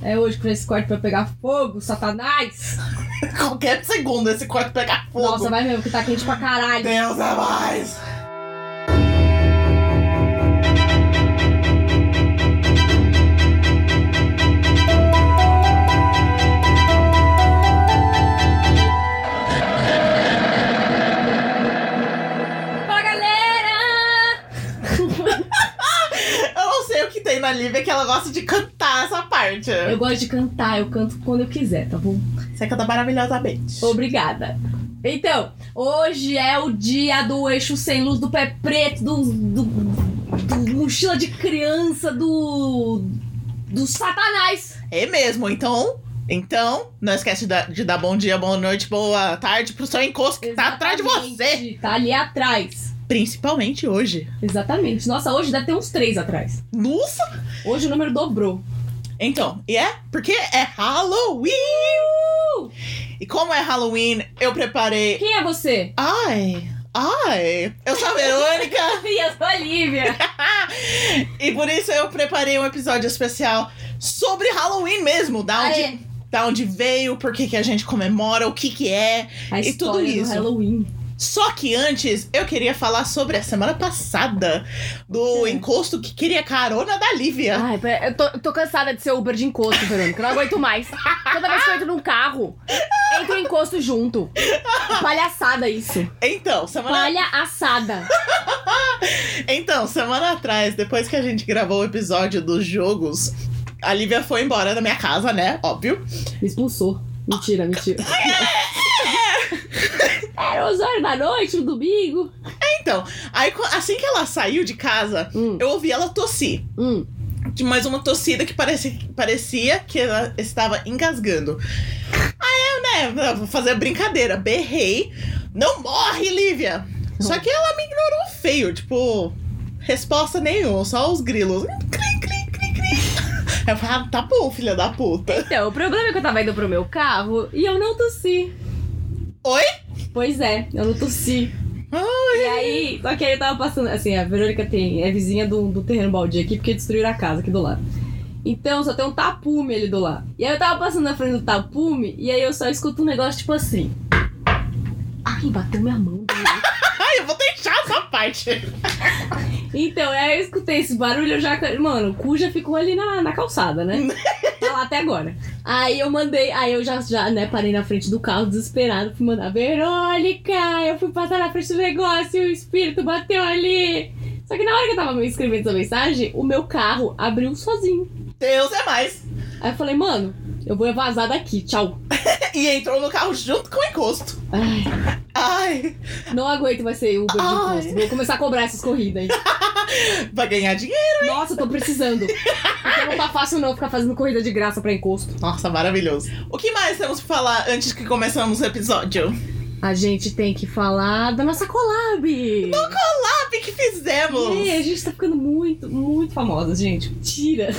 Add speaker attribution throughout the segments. Speaker 1: É hoje que esse quarto vai pegar fogo, satanás!
Speaker 2: Qualquer segundo esse quarto pegar fogo.
Speaker 1: Nossa, vai mesmo, que tá quente pra caralho.
Speaker 2: Deus é mais!
Speaker 1: Fala, galera!
Speaker 2: Eu não sei o que tem na Lívia que ela gosta de cantar essa parte.
Speaker 1: Eu gosto de cantar, eu canto quando eu quiser, tá bom?
Speaker 2: Você canta maravilhosamente.
Speaker 1: Obrigada. Então, hoje é o dia do eixo sem luz, do pé preto, do, do, do mochila de criança, do. do satanás.
Speaker 2: É mesmo, então. Então, não esquece de dar, de dar bom dia, boa noite, boa tarde pro seu encosto que tá atrás de você.
Speaker 1: Exatamente, Tá ali atrás.
Speaker 2: Principalmente hoje.
Speaker 1: Exatamente. Nossa, hoje deve ter uns três atrás.
Speaker 2: Nossa!
Speaker 1: Hoje o número dobrou.
Speaker 2: Então, e é porque é Halloween! E como é Halloween, eu preparei.
Speaker 1: Quem é você?
Speaker 2: Ai! Ai! Eu sou a Verônica!
Speaker 1: E eu sou a Lívia.
Speaker 2: É E por isso eu preparei um episódio especial sobre Halloween mesmo,
Speaker 3: Ah,
Speaker 2: da onde,
Speaker 3: é?
Speaker 1: Aê,
Speaker 2: da onde veio, por que que a gente comemora, o que que é.
Speaker 1: a
Speaker 2: e tudo
Speaker 1: história do
Speaker 2: isso.
Speaker 1: Halloween.
Speaker 2: Só que antes, eu queria falar sobre a semana passada
Speaker 1: O
Speaker 2: do
Speaker 1: quê?
Speaker 2: encosto que queria carona da Lívia.
Speaker 3: Ai, pera- eu tô, eu tô cansada de ser Uber de encosto, Verônica. Eu não aguento mais. Toda vez que eu entro num carro, entra o encosto junto. Palhaçada isso.
Speaker 2: Então, semana
Speaker 3: Palha assada.
Speaker 2: Então, semana atrás, depois que a gente gravou o episódio dos jogos, a Lívia foi embora da minha casa, né? Óbvio.
Speaker 3: Me expulsou. Mentira, mentira. Era 11 horas da noite, no domingo.
Speaker 2: Aí, co- assim que ela saiu de casa,
Speaker 3: Hum,
Speaker 2: eu ouvi ela tossir.
Speaker 3: hum.
Speaker 2: De mais uma tossida que parecia, parecia que ela estava engasgando. Aí eu, né, vou fazer brincadeira. Berrei. Não morre, Lívia! Só que ela me ignorou feio, tipo, resposta nenhuma, só os grilos. Clim, clim, clim, clim. Eu falei, ah, tá bom, filha da puta.
Speaker 3: Então, o problema é que eu tava indo pro meu carro e eu não tossi.
Speaker 2: Oi?
Speaker 3: Pois é, eu não tossi. E aí, só que aí eu tava passando. Assim, a Verônica tem, é vizinha do, do terreno baldio aqui, porque destruíram a casa aqui do lado. Então só tem um tapume ali do lado. E aí eu tava passando na frente do tapume e aí eu só escuto um negócio tipo assim. Ai, bateu minha mão.
Speaker 2: Ai, eu vou deixar essa parte.
Speaker 3: Então, aí eu escutei esse barulho, eu já. Mano, o cu já ficou ali na, na calçada, né? tá lá até agora. Aí eu mandei, aí eu já, já, né, parei na frente do carro, desesperado, fui mandar, Verônica, eu fui passar na frente do negócio e o espírito bateu ali. Só que na hora que eu tava me escrevendo essa mensagem, o meu carro abriu sozinho.
Speaker 2: Deus é mais.
Speaker 3: Aí eu falei, mano, eu vou vazar daqui, tchau.
Speaker 2: E entrou no carro junto com o encosto.
Speaker 3: Ai,
Speaker 2: Ai,
Speaker 3: não aguento mais ser Uber de
Speaker 2: Ai.
Speaker 3: imposto. Vou começar a cobrar essas corridas.
Speaker 2: vai ganhar dinheiro.
Speaker 3: Nossa, eu tô precisando. Porque não tá fácil não ficar fazendo corrida de graça pra encosto.
Speaker 2: Nossa, maravilhoso. O que mais temos pra falar antes que começamos o episódio?
Speaker 3: A gente tem que falar da nossa collab!
Speaker 2: Sabe o que fizemos?
Speaker 3: É, a gente tá ficando muito, muito famosa, gente. Tira!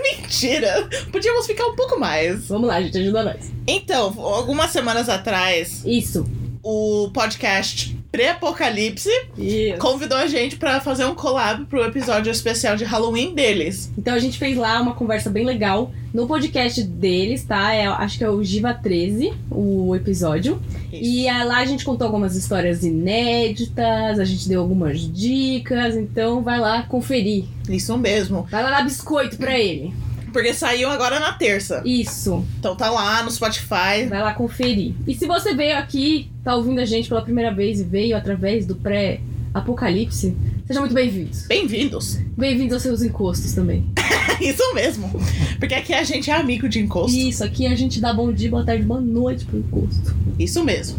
Speaker 2: Mentira. Podíamos ficar um pouco mais.
Speaker 3: Vamos lá, gente, ajuda nós.
Speaker 2: Então, algumas semanas atrás,
Speaker 3: Isso.
Speaker 2: o podcast Pré-Apocalipse
Speaker 3: Isso.
Speaker 2: convidou a gente pra fazer um collab pro episódio especial de Halloween deles.
Speaker 3: Então a gente fez lá uma conversa bem legal no podcast deles, tá? É, acho que é o Giva 13, o episódio. E ah, lá a gente contou algumas histórias inéditas, a gente deu algumas dicas, então vai lá conferir.
Speaker 2: Isso mesmo.
Speaker 3: Vai lá dar biscoito pra ele.
Speaker 2: Porque saiu agora na terça.
Speaker 3: Isso.
Speaker 2: Então tá lá no Spotify.
Speaker 3: Vai lá conferir. E se você veio aqui, tá ouvindo a gente pela primeira vez e veio através do pré-apocalipse, seja muito bem-vindo.
Speaker 2: Bem-vindos.
Speaker 3: Bem-vindo aos seus encostos também.
Speaker 2: Isso mesmo. Porque aqui a gente é amigo de encosto.
Speaker 3: E isso aqui a gente dá bom dia, boa tarde, boa noite pro encosto.
Speaker 2: Isso mesmo.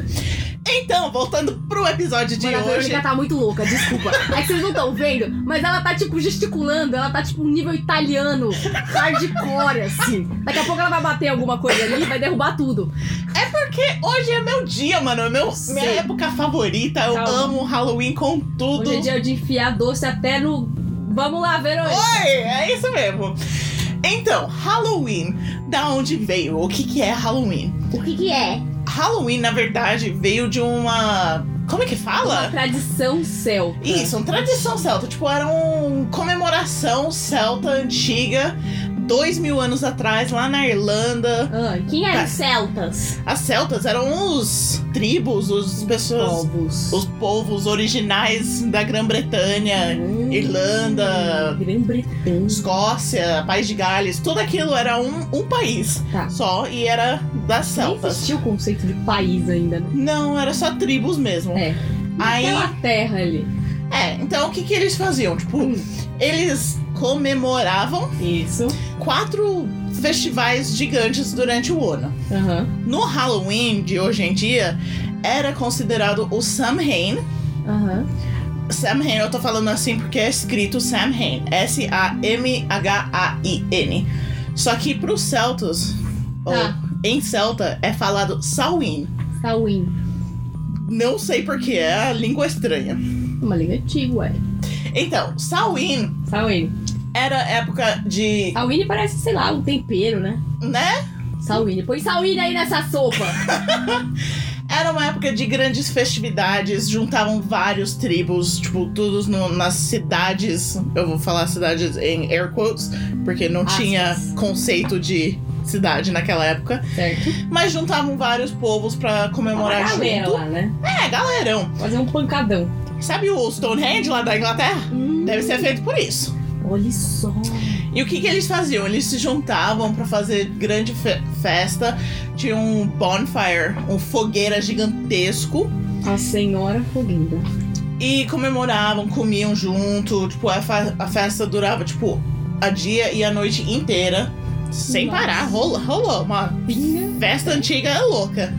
Speaker 2: Então, voltando pro episódio de
Speaker 3: Mano, a
Speaker 2: hoje.
Speaker 3: Verônica tá muito louca, desculpa. É que vocês não estão vendo, mas ela tá tipo gesticulando, ela tá tipo um nível italiano, hardcore, assim. Daqui a pouco ela vai bater alguma coisa ali e vai derrubar tudo.
Speaker 2: Porque hoje é meu dia, mano. É meu,
Speaker 3: Sim.
Speaker 2: minha época favorita. Eu
Speaker 3: Calma.
Speaker 2: amo Halloween com tudo.
Speaker 3: Hoje é dia de enfiar doce até no. Vamos lá, Verônica!
Speaker 2: Oi, é isso mesmo. Então, Halloween, da onde veio? O que, que é Halloween?
Speaker 3: O que, que é?
Speaker 2: Halloween, na verdade, veio de uma. Como é que
Speaker 3: Uma
Speaker 2: fala?
Speaker 3: tradição celta.
Speaker 2: Isso, uma tradição celta. Tipo, era uma comemoração celta um antiga dois mil anos atrás, lá na Irlanda.
Speaker 3: Ah, quem eram
Speaker 2: Tá.
Speaker 3: os celtas?
Speaker 2: As celtas eram os tribos, os pessoas.
Speaker 3: Povos.
Speaker 2: Os povos originais da Grã-Bretanha,
Speaker 3: Hum,
Speaker 2: Irlanda,
Speaker 3: Grã-Bretanha.
Speaker 2: Escócia, País de Gales, tudo aquilo era um, um país
Speaker 3: Tá.
Speaker 2: só e era das
Speaker 3: Nem
Speaker 2: celtas.
Speaker 3: existia o conceito de país ainda, né?
Speaker 2: Não, era só tribos mesmo.
Speaker 3: É.
Speaker 2: Aí,
Speaker 3: Aquela terra ali.
Speaker 2: é, então o que, que eles faziam? Tipo,
Speaker 3: Hum.
Speaker 2: eles comemoravam
Speaker 3: Isso.
Speaker 2: quatro festivais gigantes durante o ano.
Speaker 3: Aham.
Speaker 2: No Halloween de hoje em dia, era considerado o Samhain.
Speaker 3: Aham.
Speaker 2: Samhain, eu tô falando assim porque é escrito Samhain. S-A-M-H-A-I-N. Só que pros celtas,
Speaker 3: Tá.
Speaker 2: ou em celta, é falado Samhain.
Speaker 3: Samhain.
Speaker 2: Não sei porque, é a língua estranha.
Speaker 3: Uma língua antiga, ué.
Speaker 2: Então, Samhain
Speaker 3: Samhain.
Speaker 2: era época de...
Speaker 3: Samhain parece, sei lá, um tempero, né?
Speaker 2: né?
Speaker 3: Samhain. Põe Samhain aí nessa sopa.
Speaker 2: Era uma época de grandes festividades, juntavam vários tribos, tipo, todos no- nas cidades. Eu vou falar cidades em air quotes, porque não
Speaker 3: Aspas.
Speaker 2: tinha conceito de cidade naquela época.
Speaker 3: certo.
Speaker 2: Mas juntavam vários povos pra
Speaker 3: Uma
Speaker 2: comemorar
Speaker 3: galera
Speaker 2: junto.
Speaker 3: lá, né?
Speaker 2: É, galerão.
Speaker 3: Fazer um pancadão.
Speaker 2: Sabe o Stonehenge lá da Inglaterra? Deve ser feito por isso.
Speaker 3: Olha só.
Speaker 2: E o que, que eles faziam? Eles se juntavam pra fazer grande fe- festa. Tinha um bonfire, um fogueira gigantesco.
Speaker 3: A senhora fogueira.
Speaker 2: E comemoravam, comiam junto. Tipo, a, fa- a festa durava, tipo, a dia e a noite inteira. Sem
Speaker 3: Nossa.
Speaker 2: parar. Rolou, rolou uma
Speaker 3: Vinha.
Speaker 2: festa antiga é louca.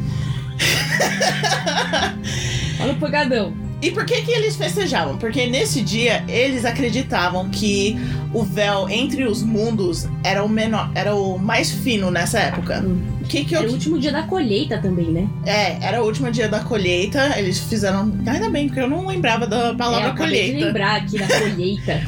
Speaker 3: Olha o pancadão.
Speaker 2: E por que que eles festejavam? Porque nesse dia eles acreditavam que o véu entre os mundos era o menor, era o mais fino nessa época.
Speaker 3: Hum.
Speaker 2: O que que
Speaker 3: Era o
Speaker 2: eu
Speaker 3: último dia da colheita também, né?
Speaker 2: é, era o último dia da colheita, eles fizeram, ainda bem, porque eu não lembrava da
Speaker 3: É,
Speaker 2: palavra
Speaker 3: eu acabei de
Speaker 2: colheita.
Speaker 3: lembrar aqui da colheita.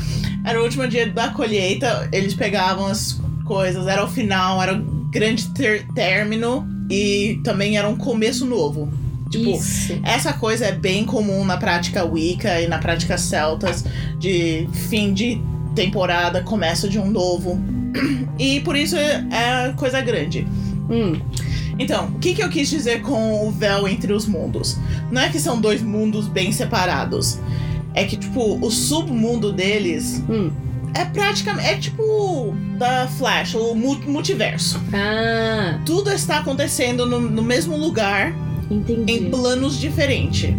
Speaker 2: Era o último dia da colheita, eles pegavam as coisas, era o final, era o grande ter- término e também era um começo novo. Tipo,
Speaker 3: Isso.
Speaker 2: Essa coisa é bem comum na prática Wicca e na prática celtas de fim de temporada, começo de um novo. E por isso é- é coisa grande.
Speaker 3: Hum.
Speaker 2: Então, o que, que eu quis dizer com o véu entre os mundos? Não é que são dois mundos bem separados. É que, tipo, o submundo deles
Speaker 3: Hum.
Speaker 2: é praticamente. É tipo da Flash, o mu- multiverso.
Speaker 3: Ah,
Speaker 2: Tudo está acontecendo no- no mesmo lugar, em
Speaker 3: entendi.
Speaker 2: planos diferentes.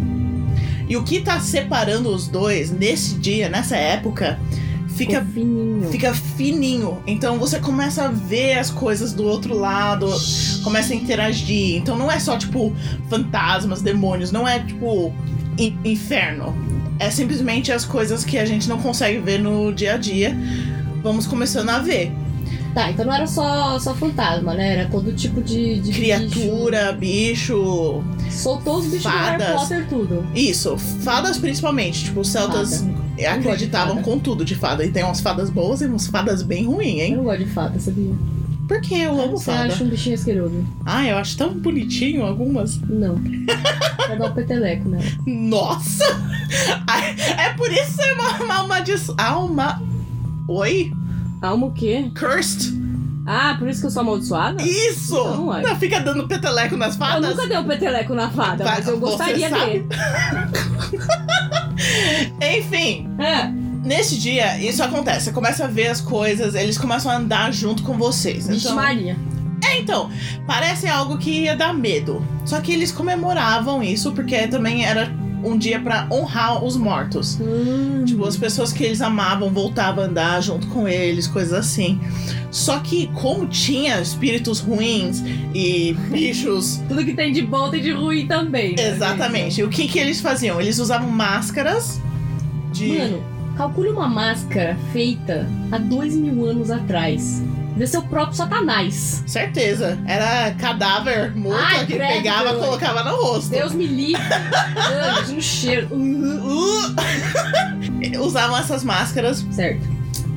Speaker 2: E o que tá separando os dois nesse dia, nessa época, fica,
Speaker 3: fininho.
Speaker 2: fica fininho. Então você começa a ver as coisas do outro lado, começa a interagir. Então não é só tipo fantasmas, demônios, não é tipo in- inferno. É simplesmente as coisas que a gente não consegue ver no dia a dia. Vamos começando a ver.
Speaker 3: Tá, então não era só, só fantasma, né? Era todo tipo de, de
Speaker 2: Criatura, bicho,
Speaker 3: bicho. Soltou os bichos do Harry
Speaker 2: fadas.
Speaker 3: Potter tudo.
Speaker 2: Isso, fadas principalmente. Tipo, os celtas acreditavam
Speaker 3: fada.
Speaker 2: com tudo de fada. E tem umas fadas boas e umas fadas bem ruins,
Speaker 3: Eu
Speaker 2: hein?
Speaker 3: não gosto de fada, sabia?
Speaker 2: Porque eu amo
Speaker 3: Você
Speaker 2: fada.
Speaker 3: acha um bichinho asqueroso?
Speaker 2: Ah, eu acho tão bonitinho algumas.
Speaker 3: Não. Vai dar um peteleco, né?
Speaker 2: Nossa! Ai, É por isso que é uma, uma, uma dis- alma. Oi?
Speaker 3: Alma o quê?
Speaker 2: Cursed?
Speaker 3: Ah, por isso que eu sou amaldiçoada?
Speaker 2: Isso!
Speaker 3: Então, ué.
Speaker 2: Não, fica dando peteleco nas
Speaker 3: Eu
Speaker 2: fadas.
Speaker 3: nunca dei um peteleco na fada,
Speaker 2: Vai,
Speaker 3: mas eu
Speaker 2: você
Speaker 3: gostaria
Speaker 2: sabe?
Speaker 3: dele.
Speaker 2: Enfim,
Speaker 3: É.
Speaker 2: nesse dia, isso acontece. Você começa a ver as coisas, eles começam a andar junto com vocês.
Speaker 3: Vixe
Speaker 2: Então,
Speaker 3: Maria.
Speaker 2: Então, parece algo que ia dar medo. Só que eles comemoravam isso porque também era um dia pra honrar os mortos.
Speaker 3: Hum.
Speaker 2: Tipo, as pessoas que eles amavam voltavam a andar junto com eles, coisas assim. Só que, como tinha espíritos ruins e bichos.
Speaker 3: Tudo que tem de bom tem de ruim também. né?
Speaker 2: Exatamente. O que, que eles faziam? Eles usavam máscaras de.
Speaker 3: Mano, calcule uma máscara feita há dois mil anos atrás. Deve ser o próprio Satanás.
Speaker 2: Certeza. Era cadáver morto
Speaker 3: Ai,
Speaker 2: que
Speaker 3: credo,
Speaker 2: pegava
Speaker 3: Deus.
Speaker 2: colocava no rosto.
Speaker 3: Deus me livre. Mano, imagina
Speaker 4: um
Speaker 3: o cheiro.
Speaker 2: Uh! usavam essas máscaras
Speaker 3: Certo.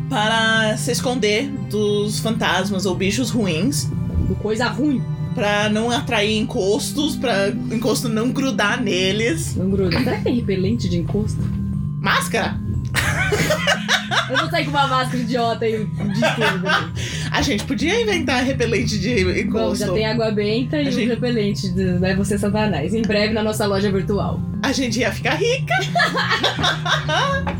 Speaker 2: para se esconder dos fantasmas ou bichos ruins,
Speaker 3: Do coisa ruim.
Speaker 2: para não atrair encostos, para encosto não grudar neles.
Speaker 3: Não gruda. Será que tem repelente de encosto?
Speaker 2: Máscara?
Speaker 4: Eu vou sair com uma máscara idiota e descubro.
Speaker 2: A gente podia inventar repelente de
Speaker 4: né? Bom, já
Speaker 2: encosto.
Speaker 4: tem água benta e
Speaker 2: A
Speaker 4: o
Speaker 2: gente-
Speaker 4: repelente do né, Você Satanás. Em breve na nossa loja virtual.
Speaker 2: A gente ia ficar rica.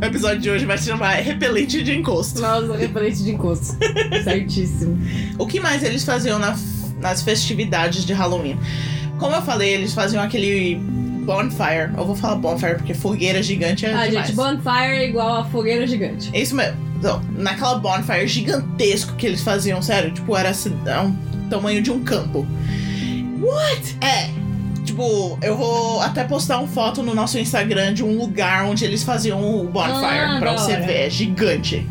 Speaker 2: o episódio de hoje vai se chamar Repelente de Encosto.
Speaker 4: Nossa, repelente de encosto. Certíssimo.
Speaker 2: O que mais eles faziam na- nas festividades de Halloween? Como eu falei, eles faziam aquele bonfire. Eu vou falar bonfire porque fogueira gigante é
Speaker 4: Ah,
Speaker 2: demais.
Speaker 4: gente, bonfire é igual a fogueira gigante.
Speaker 2: É isso mesmo. Então, naquela bonfire gigantesco que eles faziam, sério, tipo, era assim, é um tamanho de um campo. What? É. Tipo, eu vou até postar uma foto no nosso Instagram de um lugar onde eles faziam o bonfire
Speaker 4: Ah,
Speaker 2: pra
Speaker 4: da
Speaker 2: você
Speaker 4: hora.
Speaker 2: ver. É gigante.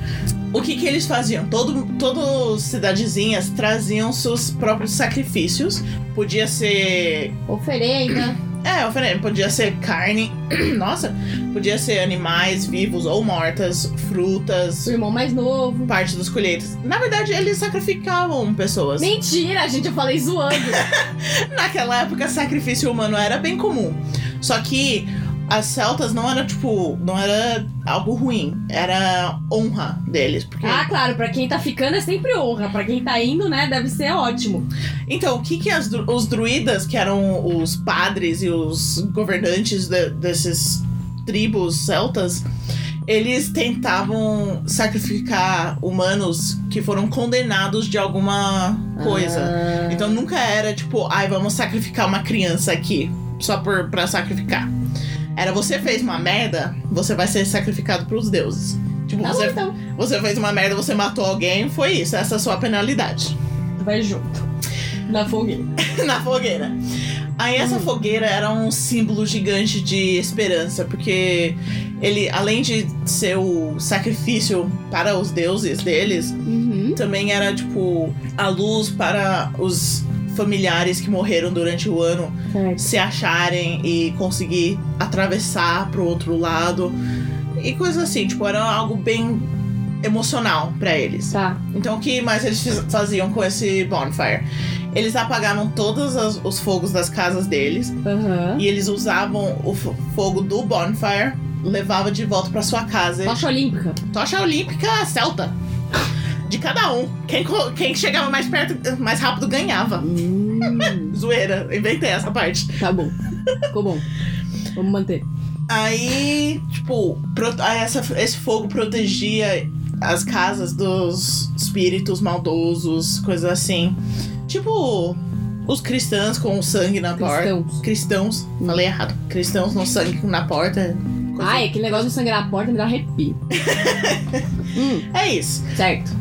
Speaker 2: O que que eles faziam? Todo, todas cidadezinhas traziam seus próprios sacrifícios. Podia ser
Speaker 4: Oferenda.
Speaker 2: é, eu falei, podia ser carne, nossa, podia ser animais vivos ou mortas, frutas,
Speaker 4: Seu irmão mais novo.
Speaker 2: parte dos colheitas. Na verdade, eles sacrificavam pessoas.
Speaker 4: Mentira, gente, eu falei zoando.
Speaker 2: Naquela época, sacrifício humano era bem comum. Só que as celtas não era tipo, não era algo ruim, era honra deles, porque
Speaker 4: Ah, claro, pra quem tá ficando é sempre honra. Pra quem tá indo, né, deve ser ótimo.
Speaker 2: Então, o que que as dru- os druidas, que eram os padres e os governantes de- desses tribos celtas, eles tentavam sacrificar humanos que foram condenados de alguma coisa.
Speaker 4: Ah.
Speaker 2: Então nunca era tipo, ai, vamos sacrificar uma criança aqui, só por, pra sacrificar. Era você fez uma merda, você vai ser sacrificado pros deuses. Tipo,
Speaker 4: Tá bom,
Speaker 2: você,
Speaker 4: então.
Speaker 2: você fez uma merda, você matou alguém, foi isso, essa é a sua penalidade.
Speaker 4: Vai junto. Na fogueira.
Speaker 2: na fogueira. Aí essa fogueira era um símbolo gigante de esperança, porque ele, além de ser o sacrifício para os deuses deles,
Speaker 4: Uhum.
Speaker 2: também era tipo a luz para os familiares que morreram durante o ano
Speaker 4: Certo.
Speaker 2: se acharem e conseguir atravessar pro outro lado e coisas assim, tipo, era algo bem emocional para eles.
Speaker 4: Tá.
Speaker 2: Então, o que mais eles fiz- faziam com esse bonfire? Eles apagavam todos as- os fogos das casas deles
Speaker 4: Aham.
Speaker 2: e eles usavam o fo- fogo do bonfire, levava de volta pra sua casa.
Speaker 4: Tocha olímpica.
Speaker 2: Tocha olímpica celta. De cada um. Quem, co- quem chegava mais perto, mais rápido ganhava. Zoeira, inventei essa parte.
Speaker 4: Hum. tá bom. Ficou bom. Vamos manter.
Speaker 2: Aí, tipo, pro- aí essa- esse fogo protegia as casas dos espíritos maldosos, coisas assim. Tipo, os cristãos com o sangue na porta.
Speaker 4: Cristãos.
Speaker 2: Cristãos, falei errado. Cristãos com sangue na porta. coisa-
Speaker 4: Ai, aquele negócio de sangrar a porta me dá arrepio. Hum,
Speaker 2: É isso.
Speaker 4: certo.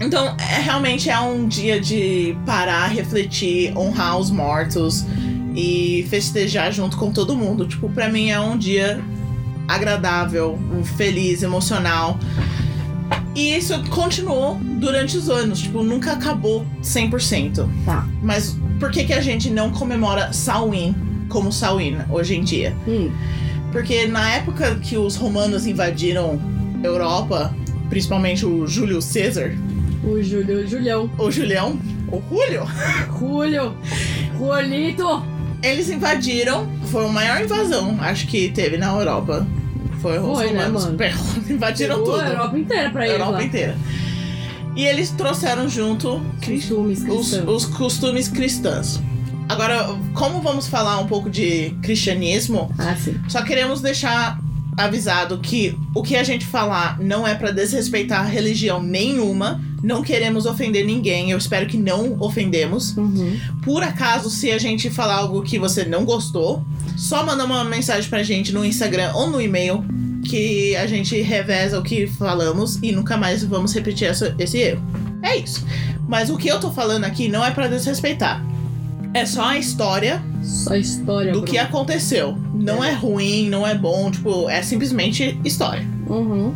Speaker 2: Então, é, realmente é um dia de parar, refletir, honrar os mortos e festejar junto com todo mundo. Tipo, pra mim é um dia agradável, um feliz, emocional. E isso continuou durante os anos, tipo, nunca acabou 100%.
Speaker 4: Tá.
Speaker 2: Mas por que que a gente não comemora Samhain como Samhain hoje em dia?
Speaker 4: Hum,
Speaker 2: Porque na época que os romanos invadiram Europa, principalmente o Júlio César,
Speaker 4: o Júlio, o Julião.
Speaker 2: o Julião, o Julio,
Speaker 4: Julio. Julito.
Speaker 2: eles invadiram. Foi a maior invasão, acho que teve na Europa. Foi, os
Speaker 4: Foi, né,
Speaker 2: romanos.
Speaker 4: mano?
Speaker 2: Per- invadiram
Speaker 4: Pegou
Speaker 2: tudo.
Speaker 4: a Europa inteira pra ele
Speaker 2: Europa
Speaker 4: lá.
Speaker 2: inteira. E eles trouxeram junto cri-
Speaker 4: Costumes
Speaker 2: os,
Speaker 4: cristãos.
Speaker 2: os costumes cristãos. Agora, como vamos falar um pouco de cristianismo,
Speaker 4: Ah, sim.
Speaker 2: Só queremos deixar avisado que o que a gente falar não é pra desrespeitar religião nenhuma. Não queremos ofender ninguém. Eu espero que não ofendemos.
Speaker 4: Uhum.
Speaker 2: Por acaso, se a gente falar algo que você não gostou, só manda uma mensagem pra gente no Instagram ou no e-mail que a gente reveza o que falamos e nunca mais vamos repetir essa- esse erro. É isso. Mas o que eu tô falando aqui não é pra desrespeitar. É só a história
Speaker 4: Só história.
Speaker 2: do
Speaker 4: Bruno.
Speaker 2: que aconteceu. Não é. ruim, não é bom, tipo, é simplesmente história.
Speaker 4: Uhum.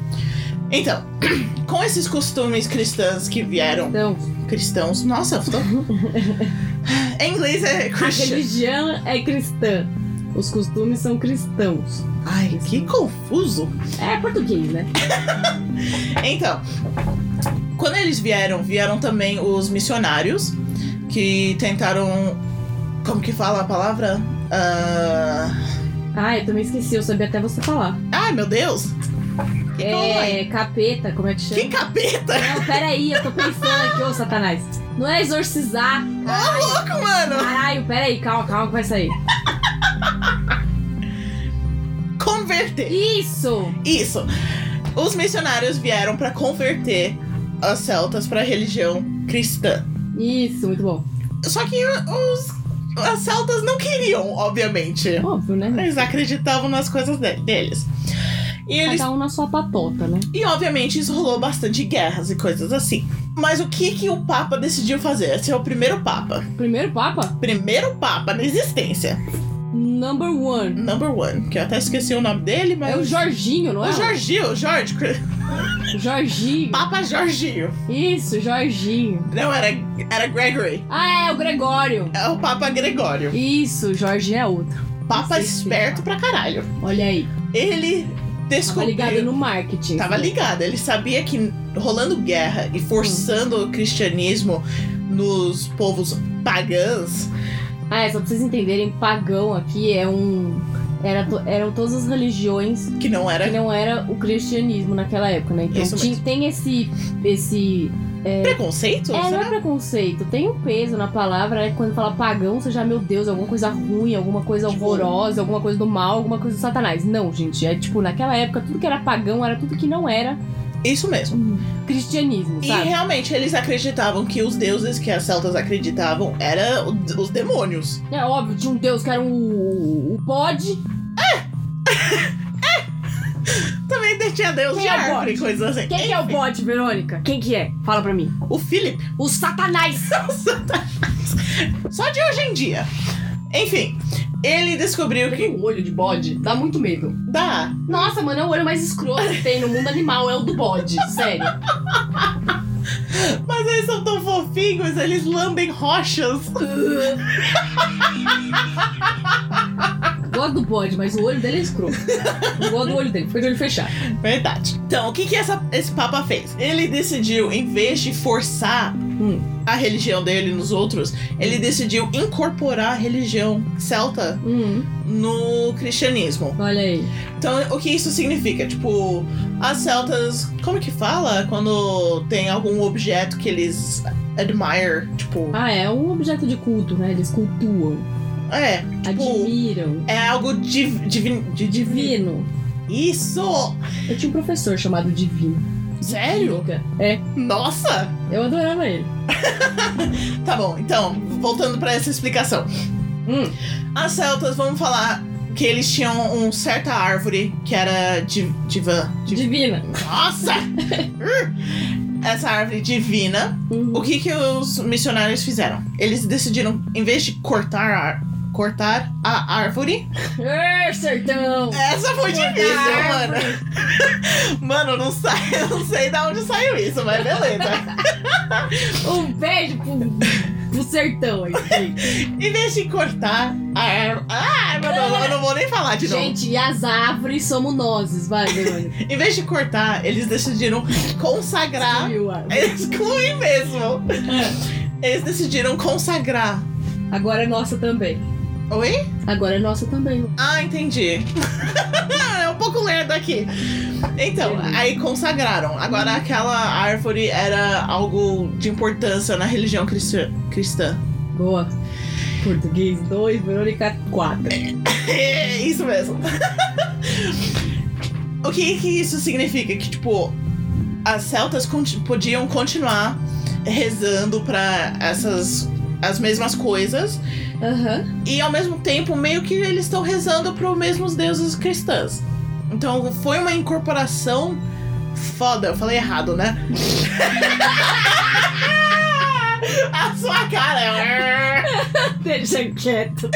Speaker 2: Então, com esses costumes cristãos que vieram,
Speaker 4: Então,
Speaker 2: cristãos, nossa, tô... em inglês é
Speaker 4: a
Speaker 2: Christian.
Speaker 4: religião é cristã. Os costumes são cristãos.
Speaker 2: Ai, que confuso.
Speaker 4: É português, né?
Speaker 2: Então, quando eles vieram, vieram também os missionários que tentaram, como que fala a palavra? Ah,
Speaker 4: Ah, eu também esqueci, eu sabia até você falar.
Speaker 2: Ai, meu Deus! Que colou aí?
Speaker 3: É, capeta, como é que chama?
Speaker 2: Que capeta!
Speaker 3: Não, peraí, eu tô pensando aqui, ô Satanás. Não é exorcizar.
Speaker 2: Ô, louco, mano!
Speaker 3: Caralho, peraí, calma, calma que vai sair.
Speaker 2: Converter!
Speaker 3: Isso!
Speaker 2: Isso. Os missionários vieram para converter as celtas para a religião cristã.
Speaker 3: Isso, muito bom.
Speaker 2: Só que os, as celtas não queriam, obviamente.
Speaker 3: Óbvio, né?
Speaker 2: Eles acreditavam nas coisas de- deles. E eles
Speaker 3: Cada um na sua patota, né?
Speaker 2: e obviamente isso rolou bastante guerras e coisas assim. Mas o que que o Papa decidiu fazer? Esse é o primeiro Papa.
Speaker 3: Primeiro Papa,
Speaker 2: Primeiro Papa na existência.
Speaker 3: number one.
Speaker 2: Number one. Que eu até esqueci o nome dele, mas.
Speaker 3: É o Jorginho, não é?
Speaker 2: O Jorginho, o Jorge.
Speaker 3: Jorginho.
Speaker 2: Papa Jorginho.
Speaker 3: Isso, Jorginho.
Speaker 2: Não, era, era Gregory.
Speaker 3: Ah, é, o Gregório.
Speaker 2: É o Papa Gregório.
Speaker 3: Isso, Jorginho é outro.
Speaker 2: Papa
Speaker 3: Não sei explicar.
Speaker 2: esperto pra caralho.
Speaker 3: Olha aí,
Speaker 2: Ele
Speaker 3: tava
Speaker 2: descobriu.
Speaker 3: Tá ligado no marketing.
Speaker 2: Tava ligado. Ele sabia que rolando guerra e forçando o cristianismo nos povos pagãos.
Speaker 3: Ah, é, só pra vocês entenderem, pagão aqui é um... Era to- Eram todas as religiões
Speaker 2: Que não
Speaker 3: que
Speaker 2: era.
Speaker 3: não era o cristianismo naquela época, né? Então
Speaker 2: Né? Isso
Speaker 3: tinha-
Speaker 2: mesmo.
Speaker 3: tem esse... esse
Speaker 2: Preconceito?
Speaker 3: é, não
Speaker 2: será?
Speaker 3: é preconceito. Tem um peso na palavra, né? Quando fala pagão, você já, meu Deus, alguma coisa ruim, alguma coisa
Speaker 2: Tipo-
Speaker 3: horrorosa, alguma coisa do mal, alguma coisa do satanás. Não, gente. É tipo, naquela época, tudo que era pagão era tudo que não era
Speaker 2: Isso mesmo.
Speaker 3: cristianismo,
Speaker 2: E
Speaker 3: sabe?
Speaker 2: realmente eles acreditavam que os deuses que as celtas acreditavam eram o- os demônios.
Speaker 3: É óbvio, tinha um deus que era o, o bode.
Speaker 2: Também tinha deus
Speaker 3: Quem
Speaker 2: de
Speaker 3: é
Speaker 2: árvore
Speaker 3: bode?
Speaker 2: e coisas assim.
Speaker 3: Quem que é o bode, Verônica? Quem que é? Fala pra mim.
Speaker 2: O Philip.
Speaker 3: O satanás!
Speaker 2: Só de hoje em dia. Enfim, ele descobriu que.
Speaker 3: um olho de bode? Dá muito medo.
Speaker 2: Dá.
Speaker 3: Nossa, mano, é o olho mais escroto que tem no mundo animal, é o do bode, sério.
Speaker 2: Mas eles são tão fofinhos, eles lambem rochas.
Speaker 3: Gosto do bode, mas o olho dele é escroto. Não gosto do olho dele, fica de olho fechado.
Speaker 2: Verdade. Então, o que, que essa- esse Papa fez? Ele decidiu, em vez de forçar
Speaker 3: Hum.
Speaker 2: a religião dele nos outros, ele decidiu incorporar a religião celta
Speaker 3: Hum,
Speaker 2: no cristianismo.
Speaker 3: olha aí.
Speaker 2: Então, o que isso significa? Tipo, as celtas. Como que fala? Quando tem algum objeto que eles admire, tipo.
Speaker 3: Ah, é um objeto de culto, né? Eles cultuam,
Speaker 2: É, tipo.
Speaker 3: admiram.
Speaker 2: É algo div, divin- de divino.
Speaker 3: Divino.
Speaker 2: Isso!
Speaker 3: Eu tinha um professor chamado Divino.
Speaker 2: Sério?
Speaker 3: Nunca. É,
Speaker 2: Nossa!
Speaker 3: eu adorava ele.
Speaker 2: Tá bom, então, voltando pra essa explicação.
Speaker 3: Hum.
Speaker 2: As celtas, vamos falar que eles tinham um certa árvore que era di divã. Di-
Speaker 3: Divina.
Speaker 2: Nossa! Hum. Essa árvore divina. O
Speaker 3: Uhum.
Speaker 2: que que os missionários fizeram? Eles decidiram, em vez de cortar a, ar- cortar a árvore.
Speaker 3: Ê, sertão!
Speaker 2: Essa foi difícil, mano. Mano, não sai, eu não sei de onde saiu isso, mas beleza.
Speaker 3: Um beijo pro, pro sertão aí. gente.
Speaker 2: em vez de cortar a árvore. Ah, meu Deus, eu não vou nem falar de novo.
Speaker 3: Gente, e as árvores somos nozes, vai, Verônica.
Speaker 2: Em vez de cortar, eles decidiram consagrar.
Speaker 3: Viu, árvore?
Speaker 2: Excluir mesmo. Eles decidiram consagrar.
Speaker 3: Agora é nossa também.
Speaker 2: Oi?
Speaker 3: Agora é nossa também.
Speaker 2: Ah, entendi. é um pouco lerdo aqui. Então,
Speaker 3: Entendi.
Speaker 2: aí consagraram. Agora aquela árvore era algo de importância na religião cristã. cristã.
Speaker 3: Boa. Português 2, Verônica 4.
Speaker 2: É isso mesmo. o que, que isso significa? Que, tipo, as celtas conti- podiam continuar rezando pra essas. as mesmas coisas.
Speaker 3: Aham.
Speaker 2: E ao mesmo tempo, meio que eles estão rezando para os mesmos deuses cristãs. Então foi uma incorporação foda. Eu falei errado, né? A sua cara. é um-
Speaker 3: Deixa quieto.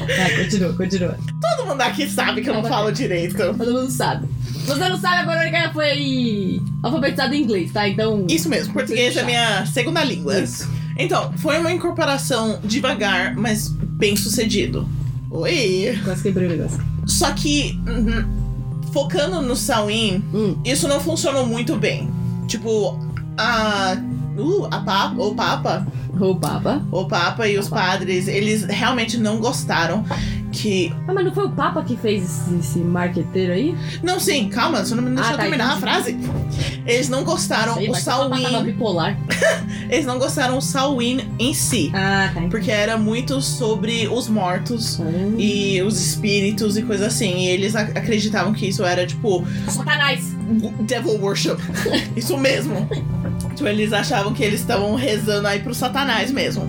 Speaker 3: Vai, continua, continua.
Speaker 2: Todo mundo aqui sabe que eu não falo direito.
Speaker 3: Todo mundo sabe. Se você não sabe, a Verônica foi alfabetizada em inglês, tá? Então.
Speaker 2: Isso mesmo, português é
Speaker 3: Puxa.
Speaker 2: minha segunda língua.
Speaker 3: Isso.
Speaker 2: Então, foi uma incorporação devagar, mas bem sucedido. Oi!
Speaker 3: Quase quebrei o negócio.
Speaker 2: Só que, uhum, focando no Samhain,
Speaker 3: Hum.
Speaker 2: isso não funcionou muito bem. Tipo, a. Uh, a papa, o Papa,
Speaker 3: Roubava.
Speaker 2: o Papa e os padres, eles realmente não gostaram. que.
Speaker 3: Ah, mas não foi o Papa que fez esse, esse marqueteiro aí?
Speaker 2: Não, sim, calma, um você não me deixou
Speaker 3: Ah, tá,
Speaker 2: terminar a frase. Eles não gostaram
Speaker 3: Sei,
Speaker 2: o
Speaker 3: mas o Papa tava
Speaker 2: Salween.
Speaker 3: bipolar.
Speaker 2: Eles não gostaram o Salween em si.
Speaker 3: Ah, tá.
Speaker 2: Porque era muito sobre os mortos
Speaker 3: Hum.
Speaker 2: e os espíritos e coisa assim. E eles ac- acreditavam que isso era, tipo,
Speaker 3: Satanás!
Speaker 2: devil worship. Isso mesmo. Tipo, eles achavam que eles estavam rezando aí pro Satanás mesmo.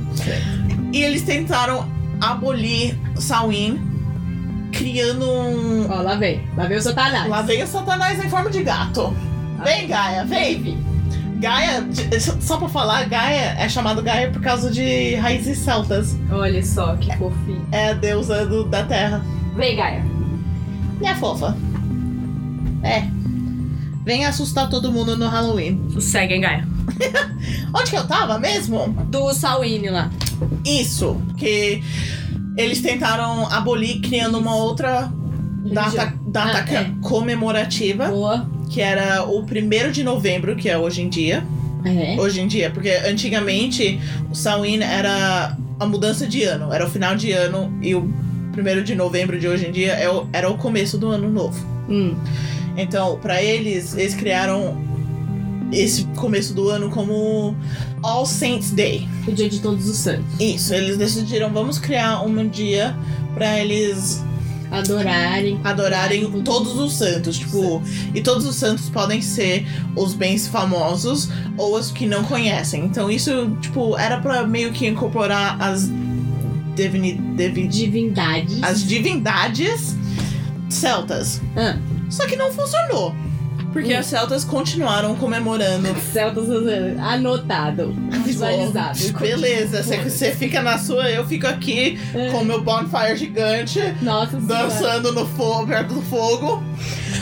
Speaker 2: E eles tentaram abolir Samhain, criando um.
Speaker 3: Ó, lá vem. Lá vem o Satanás.
Speaker 2: Lá vem o Satanás em forma de gato. Vem, Gaia, vem! Gaia, de- só- só pra falar, Gaia é chamado Gaia por causa de raízes celtas.
Speaker 3: Olha só, que fofinho.
Speaker 2: É a deusa do- da terra.
Speaker 3: Vem, Gaia.
Speaker 2: E é fofa. É. Vem assustar todo mundo no Halloween.
Speaker 3: Segue, hein, Gaia.
Speaker 2: Onde que eu tava mesmo?
Speaker 3: Do Salween lá.
Speaker 2: Isso, que eles tentaram abolir criando uma outra data, data
Speaker 3: Ah,
Speaker 2: que-
Speaker 3: é.
Speaker 2: comemorativa,
Speaker 3: Boa.
Speaker 2: que era o 1 de novembro, que é hoje em dia.
Speaker 3: É.
Speaker 2: Hoje em dia, porque antigamente o Samhain era a mudança de ano, era o final de ano e o 1 de novembro de hoje em dia é o- era o começo do ano novo.
Speaker 3: Hum.
Speaker 2: Então, pra eles, eles criaram esse começo do ano como All Saints Day.
Speaker 3: O dia de todos os santos.
Speaker 2: Isso, eles decidiram, vamos criar um dia pra eles
Speaker 3: Adorarem.
Speaker 2: adorarem todos os santos, tipo, e todos os santos podem ser os bens famosos ou os que não conhecem. Então, isso, tipo, era pra meio que incorporar as divini, divi-
Speaker 3: Divindades.
Speaker 2: as divindades celtas.
Speaker 3: Ah.
Speaker 2: Só que não funcionou. Porque
Speaker 3: Hum.
Speaker 2: os celtas continuaram comemorando.
Speaker 3: Celtas eh, anotado. Visualizado.
Speaker 2: Beleza, você, você fica na sua, eu fico aqui
Speaker 3: É.
Speaker 2: com o meu bonfire gigante,
Speaker 3: Nossa Senhora.
Speaker 2: dançando no fogo, perto do fogo.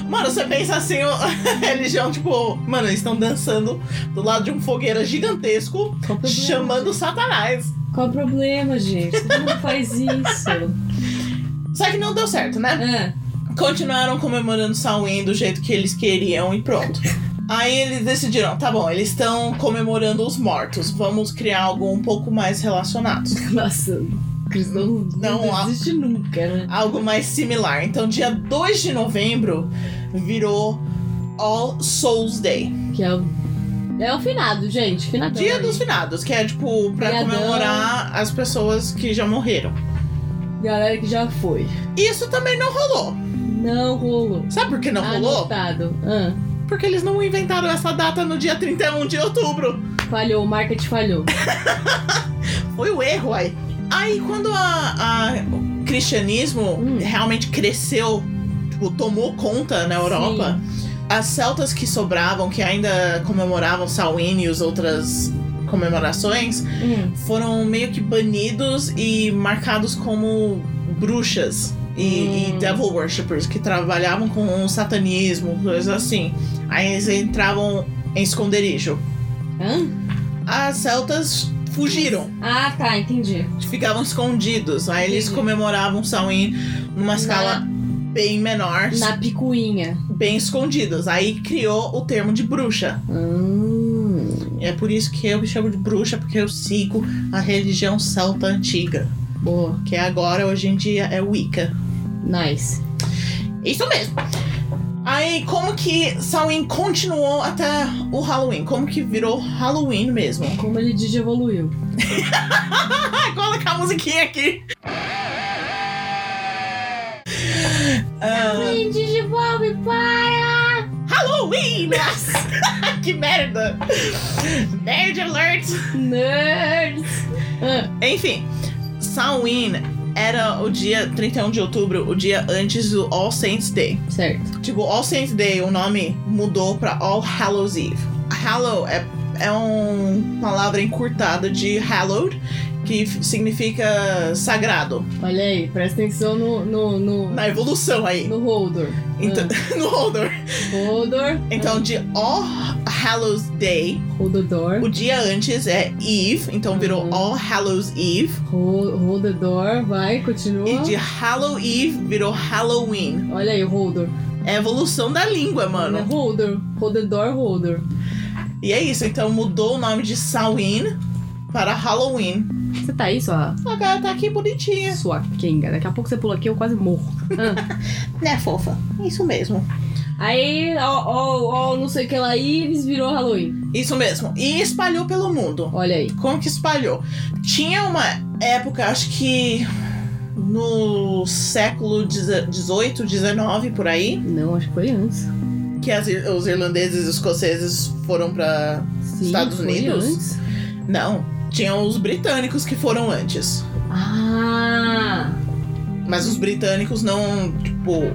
Speaker 2: Mano, você pensa assim, ó, a religião, tipo, mano, eles estão dançando do lado de um fogueira gigantesco,
Speaker 3: Qual o problema?
Speaker 2: chamando Satanás.
Speaker 3: Qual o problema, gente? Todo mundo faz isso.
Speaker 2: Só que não deu certo, né?
Speaker 3: Ah,
Speaker 2: continuaram comemorando Samhain do jeito que eles queriam e pronto. Aí eles decidiram, tá bom, eles estão comemorando os mortos, vamos criar algo um pouco mais relacionado.
Speaker 3: nossa, cristão não,
Speaker 2: Não há-
Speaker 3: existe nunca, né?
Speaker 2: Algo mais similar. Então, dia 2 de novembro virou All Souls Day.
Speaker 3: Que é o. É o finado, gente. Finadão.
Speaker 2: Dia
Speaker 3: né?
Speaker 2: dos finados, que é tipo pra
Speaker 3: Feriadão.
Speaker 2: comemorar as pessoas que já morreram.
Speaker 3: Galera que já foi.
Speaker 2: Isso também não rolou.
Speaker 3: Não rolou.
Speaker 2: Sabe por que não rolou?
Speaker 3: Anotado. Ah,
Speaker 2: Porque eles não inventaram essa data no dia 31 de outubro.
Speaker 3: falhou, o market falhou.
Speaker 2: Foi o erro aí. Aí quando a, a- o cristianismo
Speaker 3: Hum.
Speaker 2: realmente cresceu, tipo, tomou conta na Europa, as celtas que sobravam, que ainda comemoravam Samhain e as outras comemorações,
Speaker 3: Hum,
Speaker 2: foram meio que banidos e marcados como bruxas. E,
Speaker 3: Hum.
Speaker 2: e devil worshippers que trabalhavam com o satanismo, coisas
Speaker 3: Hum.
Speaker 2: assim. Aí eles entravam em esconderijo.
Speaker 3: hã?
Speaker 2: As celtas fugiram
Speaker 3: Ah, tá, entendi.
Speaker 2: ficavam escondidos. Aí eles
Speaker 3: Entendi.
Speaker 2: comemoravam o Samhain numa escala bem menor,
Speaker 3: Na picuinha.
Speaker 2: bem escondidos. Aí criou o termo de bruxa.
Speaker 3: Hum,
Speaker 2: É por isso que eu me chamo de bruxa, porque eu sigo a religião celta antiga,
Speaker 3: boa.
Speaker 2: que é agora hoje em dia é Wicca.
Speaker 3: Nice.
Speaker 2: Isso mesmo. Aí como que Samhain continuou até o Halloween? Como que virou Halloween mesmo?
Speaker 3: Como ele diz, evoluiu.
Speaker 2: Ah, coloca a musiquinha aqui. Ah,
Speaker 3: Ele digivolve, para!
Speaker 2: Halloween! que merda! Nerd alert!
Speaker 3: Nerds! Ah,
Speaker 2: Enfim, Samhain era o dia 31 de outubro, o dia antes do All Saints Day.
Speaker 3: certo.
Speaker 2: Tipo, All Saints Day, o nome mudou pra All Hallows Eve. Hallow é, é uma palavra encurtada de hallowed, que f- significa sagrado.
Speaker 3: Olha aí, presta atenção no. no. no,
Speaker 2: Na evolução aí.
Speaker 3: no é. Holdor.
Speaker 2: Então, no Hodor.
Speaker 3: Ah, Holdor.
Speaker 2: Então, de All Hallows Day,
Speaker 3: Holdodor.
Speaker 2: o dia antes é Eve, então virou
Speaker 3: Uhum.
Speaker 2: All Hallows Eve.
Speaker 3: Ho- Holdedor, vai,
Speaker 2: E
Speaker 3: continua.
Speaker 2: de Hallow Eve virou Halloween.
Speaker 3: Olha aí, Holdor.
Speaker 2: É a evolução da língua,
Speaker 3: É
Speaker 2: mano.
Speaker 3: Holdor. Holdedor, Holdor.
Speaker 2: E é isso, então mudou o nome de Samhain para Halloween.
Speaker 3: Você tá aí, sua,
Speaker 2: A cara tá aqui bonitinha.
Speaker 3: sua Kenga? Daqui a pouco você pula aqui, eu quase morro. Ah.
Speaker 2: Né, fofa? Isso mesmo.
Speaker 3: Aí, ó, ó, ó, não sei o que lá, Ives virou Halloween.
Speaker 2: Isso mesmo. E espalhou pelo mundo.
Speaker 3: Olha aí.
Speaker 2: Como que espalhou? Tinha uma época, acho que no século 18, 19, por aí,
Speaker 3: Não, acho que foi antes.
Speaker 2: que as ir- os irlandeses e os escoceses foram pra.
Speaker 3: Sim,
Speaker 2: Estados
Speaker 3: foi
Speaker 2: Unidos?
Speaker 3: antes.
Speaker 2: Não, tinham os britânicos que foram antes.
Speaker 3: Ah!
Speaker 2: Mas os britânicos não, tipo,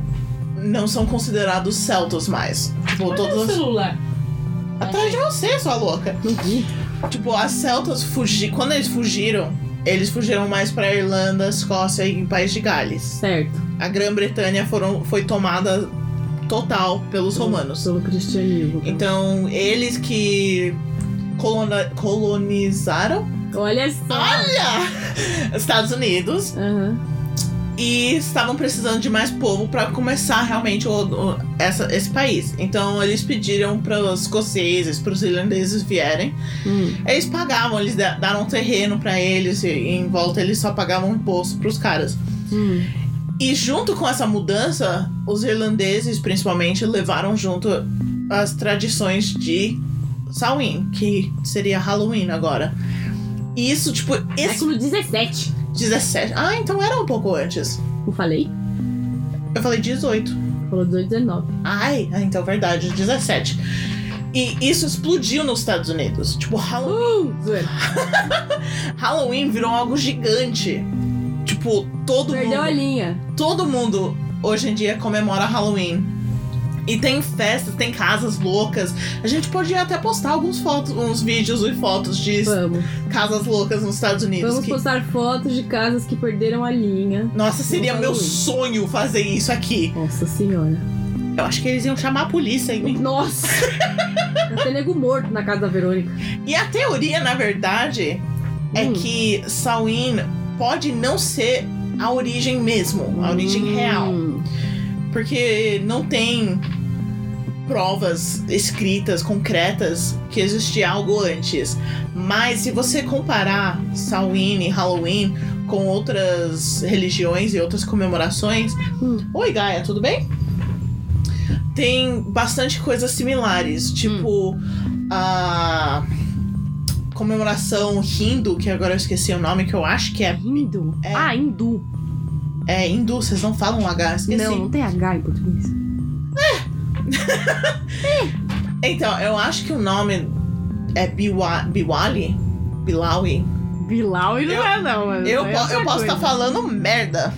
Speaker 2: não são considerados celtas mais. Tipo,
Speaker 3: o
Speaker 2: todos
Speaker 3: celular.
Speaker 2: atrás de você, sua louca.
Speaker 3: Não vi.
Speaker 2: Tipo, as celtas fugi, quando eles fugiram, eles fugiram mais pra Irlanda, Escócia e País de Gales.
Speaker 3: Certo.
Speaker 2: A Grã-Bretanha foram- foi tomada total pelos romanos.
Speaker 3: Sou cristianismo.
Speaker 2: Então, eles que colona- colonizaram
Speaker 3: Olha só.
Speaker 2: olha, Estados Unidos
Speaker 3: Aham.
Speaker 2: e estavam precisando de mais povo para começar realmente o- o- essa- esse país. Então, eles pediram para os escoceses, para os irlandeses vierem.
Speaker 3: Hum.
Speaker 2: Eles pagavam, eles da- daram terreno para eles e, e em volta eles só pagavam imposto para os caras.
Speaker 3: Hum.
Speaker 2: E junto com essa mudança, os irlandeses principalmente levaram junto as tradições de Samhain, que seria Halloween agora. E isso, tipo, esse
Speaker 3: Século 17.
Speaker 2: 17. Ah, então era um pouco antes.
Speaker 3: Eu falei?
Speaker 2: Eu falei 18.
Speaker 3: Falou 18, 19.
Speaker 2: Ai, ah, então verdade, 17. E isso explodiu nos Estados Unidos. Tipo, Hall-
Speaker 3: Uh, zoeira. Uhum.
Speaker 2: Halloween virou algo gigante. Tipo, todo
Speaker 3: Perdeu
Speaker 2: mundo.
Speaker 3: a linha.
Speaker 2: todo mundo hoje em dia comemora Halloween. E tem festas, tem casas loucas. A gente pode até postar alguns fotos, uns vídeos e fotos de
Speaker 3: Vamos.
Speaker 2: casas loucas nos Estados Unidos.
Speaker 3: Vamos
Speaker 2: que-
Speaker 3: postar fotos de casas que perderam a linha.
Speaker 2: Nossa, seria
Speaker 3: no
Speaker 2: meu
Speaker 3: um Halloween.
Speaker 2: sonho fazer isso aqui.
Speaker 3: Nossa senhora.
Speaker 2: Eu acho que eles iam chamar a polícia em mim.
Speaker 3: Nossa! Até nego morto na casa da Verônica.
Speaker 2: E a teoria, na verdade, é
Speaker 3: Hum.
Speaker 2: que Samhain pode não ser a origem mesmo, a origem
Speaker 3: Hum.
Speaker 2: real. porque não tem provas escritas, concretas, que existia algo antes. Mas se você comparar Samhain e Halloween com outras religiões e outras comemorações...
Speaker 3: Hum.
Speaker 2: Oi, Gaia, tudo bem? Tem bastante coisas similares,
Speaker 3: Hum.
Speaker 2: tipo a comemoração hindu, que agora eu esqueci o nome, que eu acho que é,
Speaker 3: Hindu?
Speaker 2: É.
Speaker 3: Ah, hindu.
Speaker 2: é hindu, vocês não falam H, esqueci.
Speaker 3: Não, não tem H em português.
Speaker 2: Então, eu acho que o nome é Biwa, Biwali? Bilawi?
Speaker 3: Bilal e não
Speaker 2: Eu-
Speaker 3: é, não, mano.
Speaker 2: Eu,
Speaker 3: É
Speaker 2: po-
Speaker 3: outra
Speaker 2: eu posso tá estar
Speaker 3: coisa.
Speaker 2: falando merda,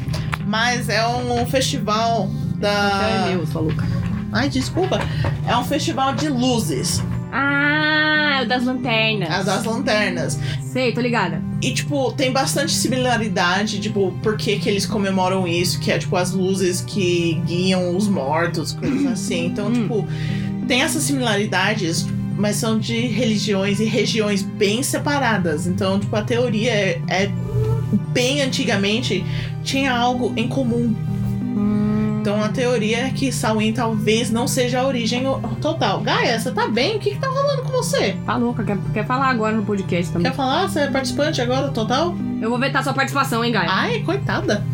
Speaker 2: mas é um festival
Speaker 3: Cara, É
Speaker 2: da.
Speaker 3: meu, sua louca.
Speaker 2: Ai, desculpa. É um festival de luzes,
Speaker 3: Ah, é o das lanternas.
Speaker 2: as das lanternas.
Speaker 3: Sei, tô ligada.
Speaker 2: E, tipo, tem bastante similaridade, tipo, por que, que eles comemoram isso, que é, tipo, as luzes que guiam os mortos, coisas assim. Então,
Speaker 3: Hum.
Speaker 2: tipo, tem essas similaridades, mas são de religiões e regiões bem separadas. Então, tipo, a teoria é, é bem antigamente tinha algo em comum. Então, a teoria é que Samhain talvez não seja a origem o- total. Gaia, você tá bem? O que que tá rolando com você?
Speaker 3: Tá louca, quer, quer falar agora no podcast também.
Speaker 2: Quer falar? Você é participante agora, total?
Speaker 3: Eu vou vetar sua participação, hein, Gaia.
Speaker 2: Ai, coitada.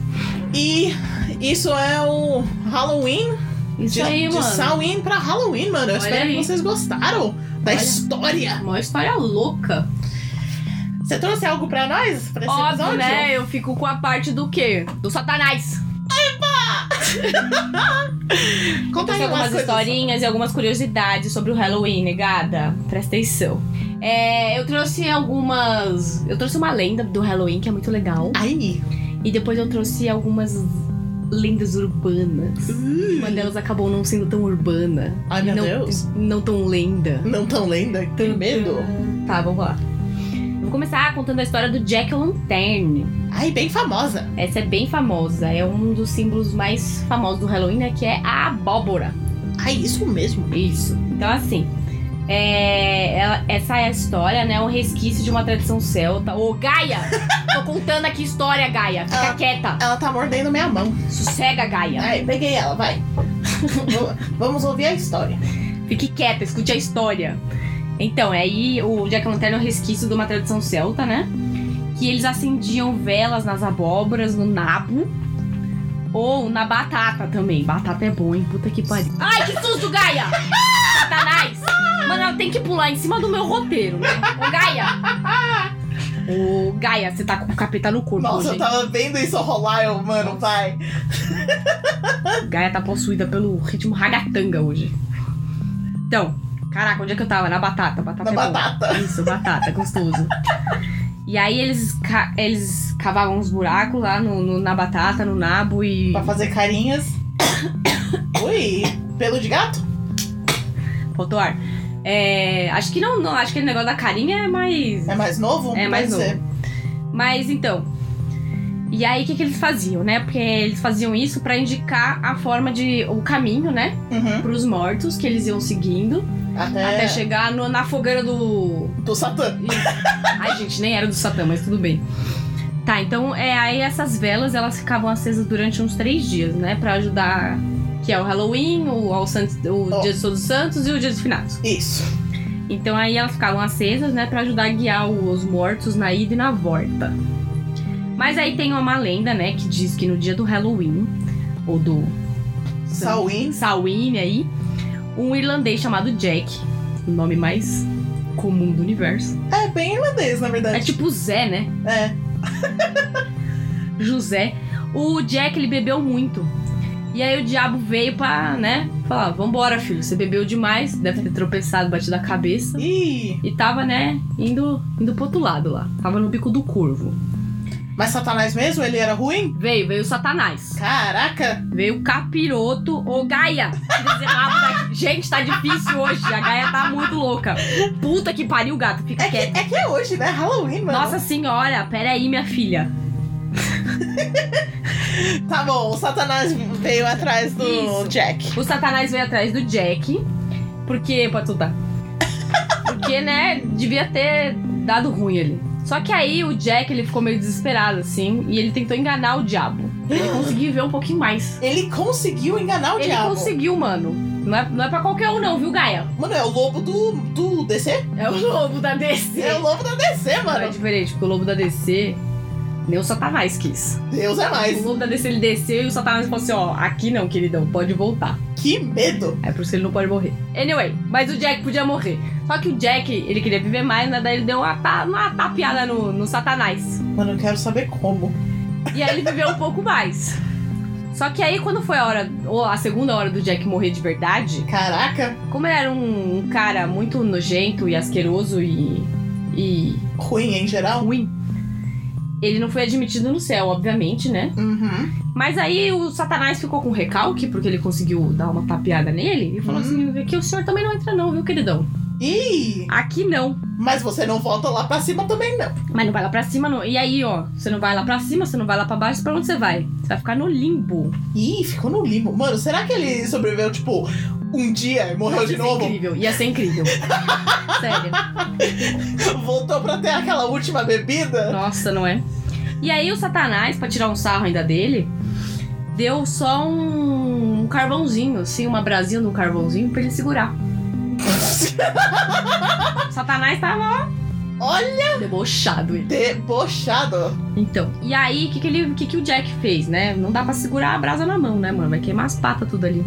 Speaker 2: E isso é o Halloween.
Speaker 3: Isso
Speaker 2: Ah, de,
Speaker 3: aí,
Speaker 2: de
Speaker 3: mano.
Speaker 2: Samhain pra Halloween, mano. Eu
Speaker 3: Olha
Speaker 2: espero
Speaker 3: aí.
Speaker 2: que vocês gostaram da
Speaker 3: Olha.
Speaker 2: história.
Speaker 3: Uma história louca.
Speaker 2: Você trouxe algo pra nós? Pra esse
Speaker 3: Óbvio,
Speaker 2: episódio?
Speaker 3: né? Eu fico com a parte do quê? Do satanás.
Speaker 2: Conta aí
Speaker 3: Tem algumas
Speaker 2: umas coisas.
Speaker 3: historinhas e algumas curiosidades sobre o Halloween, negada. Presta atenção. É, eu trouxe algumas. Eu trouxe uma lenda do Halloween que é muito legal.
Speaker 2: Aí.
Speaker 3: E depois eu trouxe algumas lendas urbanas. Uma delas acabou não sendo tão urbana.
Speaker 2: Ai, meu
Speaker 3: não,
Speaker 2: Deus.
Speaker 3: Não tão lenda.
Speaker 2: Não tão lenda? Tenho medo.
Speaker 3: Tá, vamos lá. Eu vou começar contando a história do Jack Lantern.
Speaker 2: Ai, bem famosa.
Speaker 3: Essa é bem famosa. É um dos símbolos mais famosos do Halloween, né? Que é a abóbora.
Speaker 2: Ai, isso mesmo.
Speaker 3: Isso. Então, assim, é, ela- essa é a história, né? Um resquício de uma tradição celta. Ô, Gaia! Tô contando aqui história, Gaia. Fica
Speaker 2: Ah.
Speaker 3: quieta.
Speaker 2: Ela tá mordendo minha mão.
Speaker 3: Sossega, Gaia.
Speaker 2: Ai, peguei ela, vai. Vamos- Vamos ouvir a história.
Speaker 3: Fique quieta, escute a história. Então, aí o Jack Lanterna é um resquício de uma tradição celta, né? Que eles acendiam velas nas abóboras, no nabo. Ou na batata também. Batata é bom, hein? Puta que pariu. Ai, que susto, Gaia! Satanás! Mano, ela tem que pular em cima do meu roteiro, né? Ô, Gaia! Ô, Gaia, você tá com o capeta no corpo
Speaker 2: Nossa, tá.
Speaker 3: hoje,
Speaker 2: eu
Speaker 3: hein?
Speaker 2: tava vendo isso rolar, eu, mano, vai.
Speaker 3: Gaia tá possuída pelo ritmo ragatanga hoje. Então, caraca, onde é que eu tava? Na batata. batata
Speaker 2: Na
Speaker 3: é boa.
Speaker 2: batata.
Speaker 3: Isso, batata, gostoso. E aí eles, ca- eles cavavam uns buracos lá no, no- na batata, no nabo e.
Speaker 2: Pra fazer carinhas. Ui, pelo de gato?
Speaker 3: Faltou ar. É, acho que não, não, acho que o negócio da carinha é mais.
Speaker 2: É mais novo?
Speaker 3: É mais
Speaker 2: Pode
Speaker 3: novo. Mas então. E aí o que, que eles faziam, né? Porque eles faziam isso pra indicar a forma de. o caminho, né?
Speaker 2: ser. Uhum.
Speaker 3: Pros mortos que eles iam seguindo.
Speaker 2: Até,
Speaker 3: Até chegar no- na fogueira do.
Speaker 2: do Satã.
Speaker 3: Ai, gente, nem era do Satã, mas tudo bem. Tá, então é aí essas velas elas ficavam acesas durante uns três dias, né? Pra ajudar. Que é o Halloween, o, All Santos, o
Speaker 2: Ó.
Speaker 3: Dia de Todos os Santos e o Dia dos Finados.
Speaker 2: Isso.
Speaker 3: Então aí elas ficavam acesas, né? Pra ajudar a guiar os mortos na ida e na volta. Mas aí tem uma lenda, né? Que diz que no dia do Halloween, ou do
Speaker 2: Salwin.
Speaker 3: Samhain aí, um irlandês chamado Jack, o nome mais comum do universo.
Speaker 2: É bem irlandês, na
Speaker 3: É
Speaker 2: verdade.
Speaker 3: tipo Zé, né?
Speaker 2: É.
Speaker 3: José. O Jack, ele bebeu muito. E aí o diabo veio pra, né, falar, vambora, filho, você bebeu demais, deve ter tropeçado, batido a cabeça.
Speaker 2: Ih,
Speaker 3: E tava, né, indo, indo pro outro lado lá. Tava no bico do corvo.
Speaker 2: mas Satanás mesmo? Ele era ruim?
Speaker 3: Veio, veio o Satanás.
Speaker 2: Caraca!
Speaker 3: Veio o capiroto. Ô, Gaia! tira esse rabo daqui. Gente, tá difícil hoje. A Gaia tá muito louca. Puta que pariu, gato. Fica
Speaker 2: É que
Speaker 3: quieto.
Speaker 2: é, que é hoje, né? Halloween, mano.
Speaker 3: Nossa senhora, peraí, minha filha.
Speaker 2: Tá bom, o Satanás veio atrás do
Speaker 3: Isso.
Speaker 2: Jack.
Speaker 3: O Satanás veio atrás do Jack. Porque. Pode soltar. Porque, né, devia ter dado ruim ali. Só que aí o Jack ele ficou meio desesperado, assim, e ele tentou enganar o diabo. Pra Ele conseguiu ver um pouquinho mais.
Speaker 2: Ele conseguiu enganar o
Speaker 3: ele
Speaker 2: diabo.
Speaker 3: conseguiu, mano. Não é, não é pra qualquer um, não, viu, Gaia?
Speaker 2: Mano, é o lobo do, do DC?
Speaker 3: É o lobo da DC.
Speaker 2: É o lobo da DC,
Speaker 3: Não é
Speaker 2: mano.
Speaker 3: diferente, porque o lobo da DC. Nem o Satanás quis.
Speaker 2: Deus é
Speaker 3: O
Speaker 2: mais.
Speaker 3: lobo da DC ele desceu e o Satanás falou assim: ó, aqui não, queridão, pode voltar.
Speaker 2: Que medo.
Speaker 3: É por isso que ele não pode morrer. Anyway, mas o Jack podia morrer. Só que o Jack, ele queria viver mais, né? Daí ele deu uma, ta- uma tapeada no, no Satanás.
Speaker 2: Mano, eu quero saber como.
Speaker 3: E aí ele viveu um pouco mais. Só que aí, quando foi a hora, ou a segunda hora do Jack morrer de verdade,
Speaker 2: Caraca,
Speaker 3: como ele era um, um cara muito nojento e asqueroso e, e
Speaker 2: ruim em geral.
Speaker 3: ruim, ele não foi admitido no céu, obviamente, né?
Speaker 2: Uhum.
Speaker 3: Mas aí o Satanás ficou com recalque, porque ele conseguiu dar uma tapeada nele, e falou
Speaker 2: Hum.
Speaker 3: assim: aqui o senhor também não entra, não, viu, queridão?
Speaker 2: Ih,
Speaker 3: Aqui não.
Speaker 2: mas você não volta lá pra cima também, não.
Speaker 3: Mas não vai lá pra cima, não. E aí, ó, você não vai lá pra cima, você não vai lá pra baixo, pra onde você vai? Você vai ficar no limbo.
Speaker 2: Ih, ficou no limbo. Mano, será que ele sobreviveu, tipo, um dia e morreu
Speaker 3: Nossa,
Speaker 2: de
Speaker 3: ia ser
Speaker 2: novo?
Speaker 3: Incrível. Ia ser incrível. Sério.
Speaker 2: Voltou pra ter aquela última bebida?
Speaker 3: Nossa, não é? E aí o Satanás, pra tirar um sarro ainda dele, deu só um, um carvãozinho, assim, uma brasinha no carvãozinho pra ele segurar. Satanás tava
Speaker 2: Olha,
Speaker 3: debochado ele.
Speaker 2: debochado.
Speaker 3: Então, e aí, o que, que, ele- que, que o Jack fez, né? Não dá pra segurar a brasa na mão, né, mano? Vai queimar as patas tudo ali.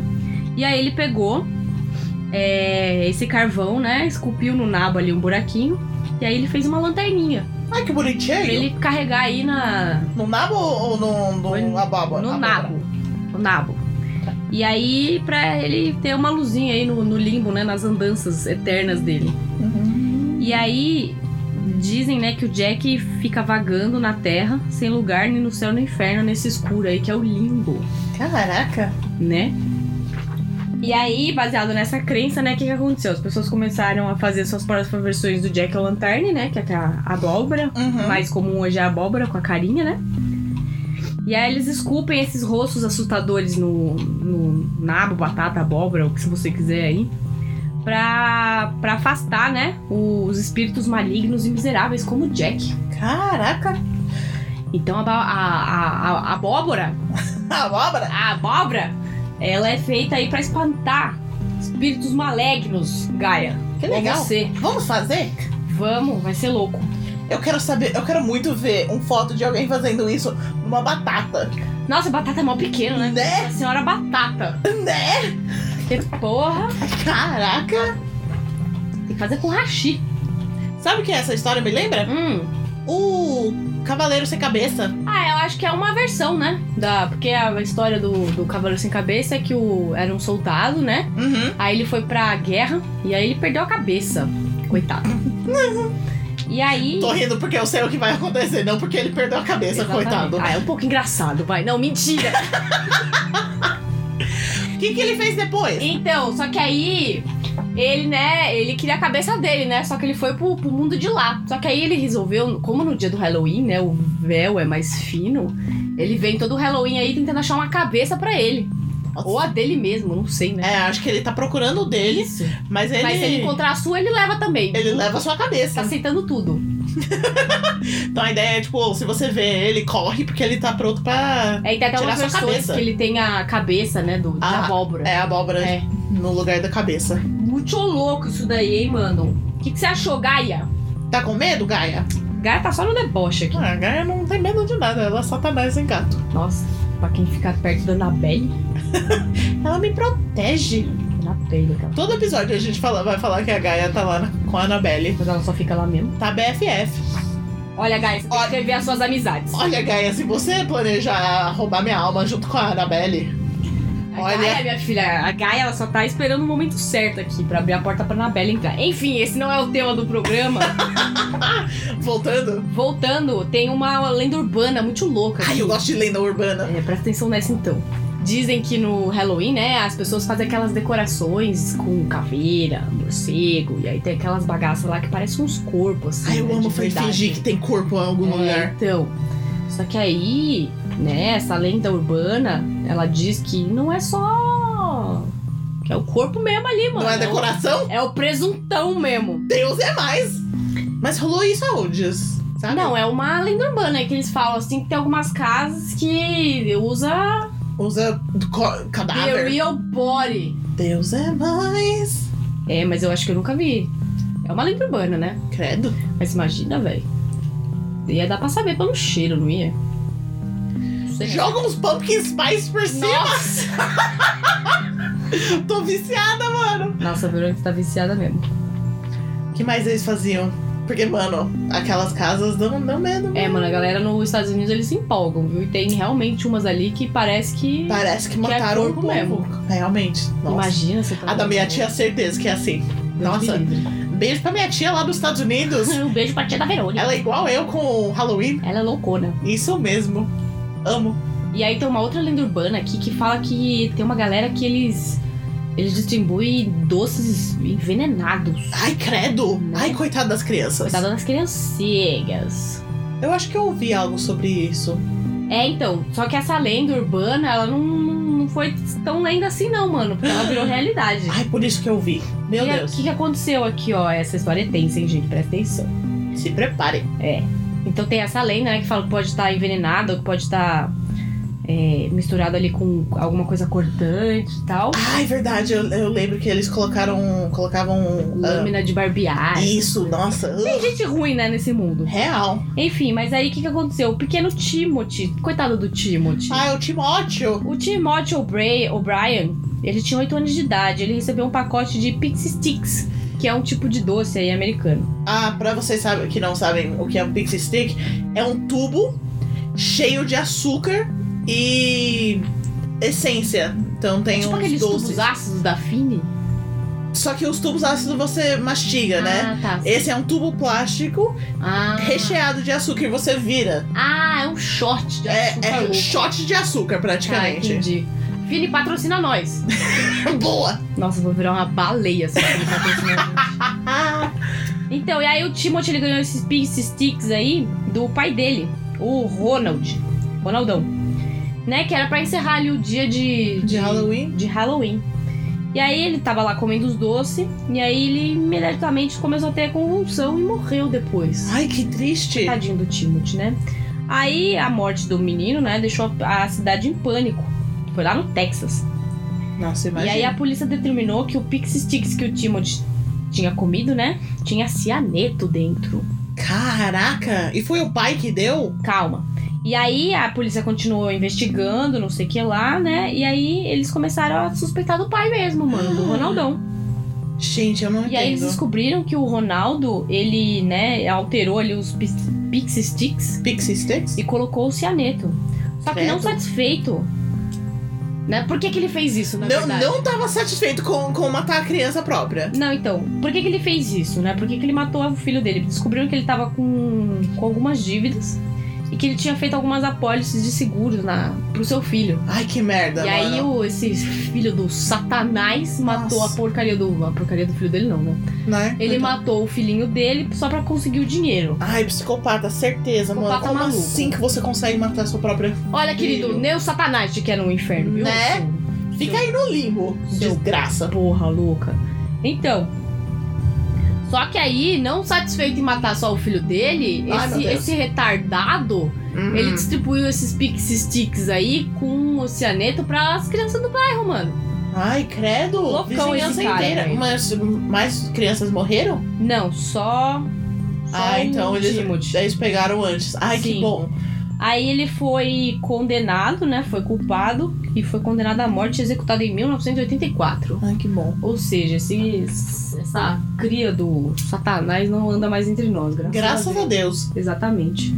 Speaker 3: E aí ele pegou é, esse carvão, né? Esculpiu no nabo ali um buraquinho. E aí ele fez uma lanterninha.
Speaker 2: Ai, que bonitinho.
Speaker 3: Pra ele carregar aí na,
Speaker 2: No nabo ou no, no
Speaker 3: Foi no-
Speaker 2: abóbora?
Speaker 3: no
Speaker 2: Abóbora.
Speaker 3: nabo. No nabo. E aí, pra ele ter uma luzinha aí no, no limbo, né? Nas andanças eternas dele.
Speaker 2: Uhum.
Speaker 3: E aí, dizem, né, que o Jack fica vagando na terra, sem lugar, nem no céu, nem no inferno, nesse escuro aí, que é o limbo,
Speaker 2: Caraca.
Speaker 3: né? E aí, baseado nessa crença, né, o que, que aconteceu? As pessoas começaram a fazer suas próprias versões do Jack O'Lantern, né, que é a abóbora,
Speaker 2: Uhum.
Speaker 3: mais comum hoje é a abóbora com a carinha, né? E aí eles esculpem esses rostos assustadores no, no nabo, batata, abóbora, o que você quiser aí. Pra, pra afastar, né? Os espíritos malignos e miseráveis, como o Jack.
Speaker 2: Caraca.
Speaker 3: Então a, ba- a, a, a- a abóbora,
Speaker 2: Abóbora?
Speaker 3: a abóbora, ela é feita aí pra espantar espíritos malignos, Gaia.
Speaker 2: Que
Speaker 3: Ou
Speaker 2: legal.
Speaker 3: você.
Speaker 2: Vamos fazer?
Speaker 3: Vamos, vai ser louco.
Speaker 2: Eu quero saber, eu quero muito ver um foto de alguém fazendo isso numa batata.
Speaker 3: Nossa, batata é mó pequeno, né?
Speaker 2: Né?
Speaker 3: A senhora batata.
Speaker 2: Né?
Speaker 3: Que porra.
Speaker 2: Caraca!
Speaker 3: Tem que fazer com hashi.
Speaker 2: Sabe o que essa história me lembra?
Speaker 3: Hum.
Speaker 2: O Cavaleiro Sem Cabeça.
Speaker 3: Ah, eu acho que é uma versão, né? Da, porque a história do, do Cavaleiro Sem Cabeça é que o, era um soldado, né?
Speaker 2: Uhum.
Speaker 3: Aí ele foi pra guerra e aí ele perdeu a cabeça. Coitado. E aí.
Speaker 2: Tô rindo porque eu sei o que vai acontecer, não porque ele perdeu a cabeça,
Speaker 3: Exatamente.
Speaker 2: coitado.
Speaker 3: Ah, é um pouco engraçado, vai. Não, mentira.
Speaker 2: O que, que ele fez depois?
Speaker 3: Então, só que aí ele, né, ele queria a cabeça dele, né? Só que ele foi pro, pro mundo de lá. Só que aí ele resolveu, como no dia do Halloween, né, o véu é mais fino, ele vem todo o Halloween aí tentando achar uma cabeça pra ele. Ou a dele mesmo, não sei, né?
Speaker 2: É, acho que ele tá procurando o dele,
Speaker 3: Isso.
Speaker 2: mas ele,
Speaker 3: Mas se ele encontrar a sua, ele leva também.
Speaker 2: ele leva a sua
Speaker 3: Tá
Speaker 2: cabeça.
Speaker 3: aceitando tudo.
Speaker 2: Então a ideia é, tipo, se você vê ele, corre porque ele tá pronto pra.
Speaker 3: Aí É, tem até
Speaker 2: Tirar
Speaker 3: umas
Speaker 2: sua
Speaker 3: versões
Speaker 2: cabeça.
Speaker 3: que ele tem a cabeça, né, do, da
Speaker 2: Ah,
Speaker 3: abóbora.
Speaker 2: É a abóbora
Speaker 3: É.
Speaker 2: no lugar da cabeça.
Speaker 3: Muito louco isso daí, hein, mano? O que, que você achou, Gaia?
Speaker 2: Tá com medo, Gaia?
Speaker 3: Gaia tá só no deboche aqui.
Speaker 2: Ah, a Gaia não tem medo de nada, ela só tá mais em gato.
Speaker 3: Nossa, pra quem ficar perto da Anabelle,
Speaker 2: Ela me protege.
Speaker 3: Anabelle, cara.
Speaker 2: Todo episódio a gente fala, vai falar que a Gaia tá lá na- com a Annabelle.
Speaker 3: Mas ela só fica lá mesmo.
Speaker 2: Tá BFF.
Speaker 3: Olha, guys, você tem que
Speaker 2: Olha-
Speaker 3: escrever as suas amizades.
Speaker 2: Olha, Gaia, se você planejar roubar minha alma junto com a Annabelle,
Speaker 3: A
Speaker 2: olha-
Speaker 3: Gaia, minha filha, a Gaia ela só tá esperando o momento certo aqui pra abrir a porta pra Anabelle entrar. Enfim, esse não é o tema do programa.
Speaker 2: voltando.
Speaker 3: Voltando, tem uma lenda urbana muito louca.
Speaker 2: Ai,
Speaker 3: aqui.
Speaker 2: eu gosto de lenda urbana.
Speaker 3: É, presta atenção nessa então. Dizem que no Halloween, né, as pessoas fazem aquelas decorações com caveira, morcego, e aí tem aquelas bagaças lá que parecem uns corpos, assim.
Speaker 2: Ai, eu
Speaker 3: né,
Speaker 2: amo
Speaker 3: de verdade.
Speaker 2: fingir que tem corpo em algum
Speaker 3: É,
Speaker 2: lugar.
Speaker 3: Então, só que aí, né, essa lenda urbana, ela diz que não é só. que é o corpo mesmo ali, mano.
Speaker 2: Não é decoração?
Speaker 3: É o presuntão mesmo.
Speaker 2: Deus é mais! Mas rolou isso aonde? Sabe?
Speaker 3: Não, é uma lenda urbana é que eles falam assim que tem algumas casas que usa
Speaker 2: Usa do co-
Speaker 3: the
Speaker 2: cadáver.
Speaker 3: real body.
Speaker 2: Deus é mais.
Speaker 3: É, mas eu acho que eu nunca vi. É uma lenda urbana, né?
Speaker 2: Credo.
Speaker 3: Mas imagina, velho. Ia dar pra saber pelo cheiro, não ia? Não sei.
Speaker 2: Joga uns pumpkin spice por cima.
Speaker 3: Nossa!
Speaker 2: Tô viciada, mano.
Speaker 3: Nossa, a Verônica tá viciada mesmo.
Speaker 2: O que mais eles faziam? Porque, mano, aquelas casas dão, dão medo.
Speaker 3: É, mano, a galera nos Estados Unidos eles se empolgam, viu? E tem realmente umas ali que parece que.
Speaker 2: Parece que
Speaker 3: é
Speaker 2: mataram um
Speaker 3: corpo
Speaker 2: povo.
Speaker 3: mesmo.
Speaker 2: Realmente. Nossa.
Speaker 3: Imagina você tá.
Speaker 2: A da minha tia, certeza que é assim.
Speaker 3: Deus
Speaker 2: nossa.
Speaker 3: me livre.
Speaker 2: Beijo pra minha tia lá dos Estados Unidos.
Speaker 3: Um beijo pra tia da Verônica. Ela...
Speaker 2: Ela é igual eu com Halloween.
Speaker 3: é loucona.
Speaker 2: Isso mesmo. Amo.
Speaker 3: E aí tem uma outra lenda urbana aqui que fala que tem uma galera que eles. Eles distribuem doces envenenados.
Speaker 2: Ai, credo.
Speaker 3: Né?
Speaker 2: Ai, coitado das crianças.
Speaker 3: Coitada das criancinhas.
Speaker 2: Eu acho que eu ouvi algo sobre isso.
Speaker 3: É, então. Só que essa lenda urbana, ela não, não foi tão lenda assim, não, mano. Porque ela virou realidade.
Speaker 2: Ai, por isso que eu ouvi. Meu
Speaker 3: E aí,
Speaker 2: Deus.
Speaker 3: O que, que aconteceu aqui, ó? Essa história é tensa, hein, gente? Presta atenção.
Speaker 2: Se preparem.
Speaker 3: Então tem essa lenda, né, que fala que pode estar envenenado, ou que pode estar é, misturado ali com alguma coisa cortante e tal.
Speaker 2: Ai, verdade. Eu, eu lembro que eles colocaram. Colocavam. ah,
Speaker 3: Lâmina de barbear.
Speaker 2: isso, nossa.
Speaker 3: Tem
Speaker 2: ah,
Speaker 3: gente ruim, né, nesse mundo.
Speaker 2: real.
Speaker 3: Enfim, mas aí o que, que aconteceu? O pequeno Timothy, coitado do Timothy.
Speaker 2: Ai, Ah, é o Timóteo.
Speaker 3: O Timothy O'Bra- O'Brien, ele tinha 8 anos de idade, ele recebeu um pacote de Pixie Sticks, que é um tipo de doce aí americano.
Speaker 2: Ah, pra vocês sabe- que não sabem o que é um pixie stick, é um tubo cheio de açúcar e essência. Então tem
Speaker 3: tipo
Speaker 2: uns
Speaker 3: aqueles
Speaker 2: doces.
Speaker 3: tubos ácidos da Fini.
Speaker 2: Só que os tubos ácidos você mastiga, né?
Speaker 3: Ah, tá.
Speaker 2: Esse é um tubo plástico
Speaker 3: Ah.
Speaker 2: recheado de açúcar e você vira.
Speaker 3: Ah, é um short de
Speaker 2: É,
Speaker 3: açúcar
Speaker 2: é
Speaker 3: louco.
Speaker 2: shot de açúcar,
Speaker 3: Ah,
Speaker 2: praticamente.
Speaker 3: entendi. Vini, patrocina nós.
Speaker 2: Boa!
Speaker 3: Nossa, eu vou virar uma baleia se o Vini patrocinar a gente.
Speaker 2: Ah,
Speaker 3: Então, e aí o Timothy ele ganhou esses Pixie Sticks aí do pai dele, o Ronald. Ronaldão. Né? Que era pra encerrar ali o dia de.
Speaker 2: de Halloween.
Speaker 3: de Halloween. E aí ele tava lá comendo os doces, e aí ele imediatamente começou a ter a convulsão e morreu depois.
Speaker 2: Ai, que triste.
Speaker 3: Tadinho do Timothy, né? Aí a morte do menino, né, deixou a a cidade em pânico. Foi lá no Texas.
Speaker 2: Nossa,
Speaker 3: E aí a polícia determinou que o Pixie Sticks que o Timothy tinha comido, né? Tinha cianeto dentro.
Speaker 2: Caraca! E foi o pai que deu?
Speaker 3: Calma. E aí a polícia continuou investigando, não sei o que lá, né? E aí eles começaram a suspeitar do pai mesmo, mano, do Ronaldão.
Speaker 2: Gente, eu não
Speaker 3: E aí eles
Speaker 2: entendo.
Speaker 3: descobriram que o Ronaldo, ele, né, alterou ali os pis- pixie sticks
Speaker 2: Pixie Sticks?
Speaker 3: e colocou o cianeto. Só que não
Speaker 2: Credo.
Speaker 3: satisfeito. Né? Por que, que ele fez isso, na
Speaker 2: Não,
Speaker 3: verdade?
Speaker 2: não tava satisfeito com, com matar a criança própria.
Speaker 3: Não, então, por que, que ele fez isso, né? Por que, que ele matou o filho dele? Descobriram que ele tava com, com algumas dívidas e que ele tinha feito algumas apólices de seguro na, pro seu filho.
Speaker 2: Ai, que merda.
Speaker 3: e aí
Speaker 2: mano.
Speaker 3: o, esse filho do satanás matou
Speaker 2: Nossa.
Speaker 3: a porcaria do. A porcaria do filho dele não, né?
Speaker 2: Né?
Speaker 3: Ele matou o filhinho dele só pra conseguir o dinheiro.
Speaker 2: Ai, psicopata, certeza, mano.
Speaker 3: Psicopata
Speaker 2: Como
Speaker 3: maluco.
Speaker 2: assim que você consegue matar sua própria.
Speaker 3: Olha, querido,
Speaker 2: Filho.
Speaker 3: nem o satanás te quer no inferno, viu?
Speaker 2: Né?
Speaker 3: seu-
Speaker 2: Fica aí no limbo,
Speaker 3: Seu-
Speaker 2: desgraça.
Speaker 3: Porra, louca. Então. Só que aí, não satisfeito em matar só o filho dele,
Speaker 2: Ai, meu
Speaker 3: esse,
Speaker 2: Deus.
Speaker 3: esse retardado, ele
Speaker 2: Hum.
Speaker 3: distribuiu esses pixie sticks aí com o cianeto pras crianças do bairro, mano.
Speaker 2: Ai, credo.
Speaker 3: Loucão
Speaker 2: Vizinhança
Speaker 3: esse cara,
Speaker 2: inteira.
Speaker 3: velho.
Speaker 2: Mas mais crianças morreram?
Speaker 3: Não, só. só um
Speaker 2: ah,
Speaker 3: o
Speaker 2: então eles,
Speaker 3: Timothy.
Speaker 2: eles pegaram antes. Ai,
Speaker 3: Sim.
Speaker 2: que bom.
Speaker 3: Aí ele foi condenado, né? Foi culpado e foi condenado à morte, executado em 1984.
Speaker 2: Ai, que bom.
Speaker 3: Ou seja, esse, essa cria do satanás não anda mais entre nós, graças,
Speaker 2: Graças a Deus.
Speaker 3: Exatamente.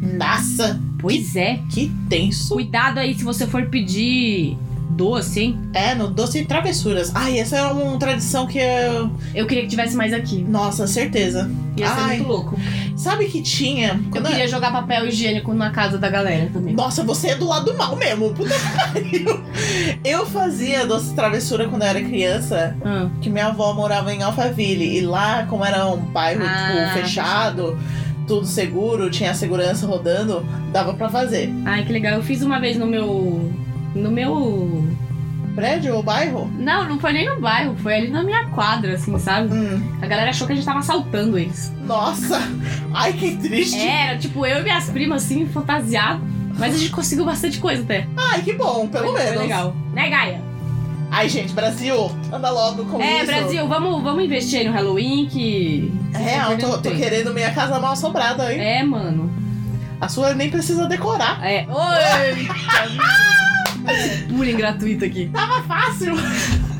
Speaker 2: Nossa,
Speaker 3: Pois é.
Speaker 2: que tenso.
Speaker 3: Cuidado aí se você for pedir doce, hein?
Speaker 2: É, no doce e travessuras. Ai, essa é uma tradição que eu.
Speaker 3: Eu queria que tivesse mais aqui.
Speaker 2: Nossa, certeza.
Speaker 3: Ia ser
Speaker 2: Ai.
Speaker 3: muito louco.
Speaker 2: Sabe que tinha.
Speaker 3: Eu
Speaker 2: Quando
Speaker 3: queria jogar papel higiênico na casa da galera também.
Speaker 2: Nossa, você é do lado do mal mesmo. Puta que pariu. Eu fazia doce e travessura quando eu era criança,
Speaker 3: Ah.
Speaker 2: que minha avó morava em Alphaville. E lá, como era um bairro
Speaker 3: Ah.
Speaker 2: tipo, fechado, tudo seguro, tinha segurança rodando, dava pra fazer.
Speaker 3: Ai, que legal. Eu fiz uma vez no meu. No meu.
Speaker 2: Prédio ou bairro?
Speaker 3: Não, não foi nem no bairro, foi ali na minha quadra, assim, sabe?
Speaker 2: Hum.
Speaker 3: A galera achou que a gente tava assaltando eles.
Speaker 2: Nossa! Ai, que triste!
Speaker 3: Era, tipo, eu e minhas primas, assim, fantasiado. Mas a gente conseguiu bastante coisa até.
Speaker 2: Ai, que bom, pelo
Speaker 3: foi, foi
Speaker 2: menos.
Speaker 3: legal. Né, Gaia?
Speaker 2: Ai, gente, Brasil, anda logo com
Speaker 3: é,
Speaker 2: isso.
Speaker 3: Brasil, vamos, vamos investir aí no Halloween que. vocês
Speaker 2: É Real,
Speaker 3: estão
Speaker 2: tô,
Speaker 3: perdendo
Speaker 2: tô
Speaker 3: tempo.
Speaker 2: querendo minha casa mal assombrada, hein?
Speaker 3: É, mano.
Speaker 2: A sua nem precisa decorar.
Speaker 3: É. Oi! Esse Bullying gratuito aqui.
Speaker 2: Tava fácil.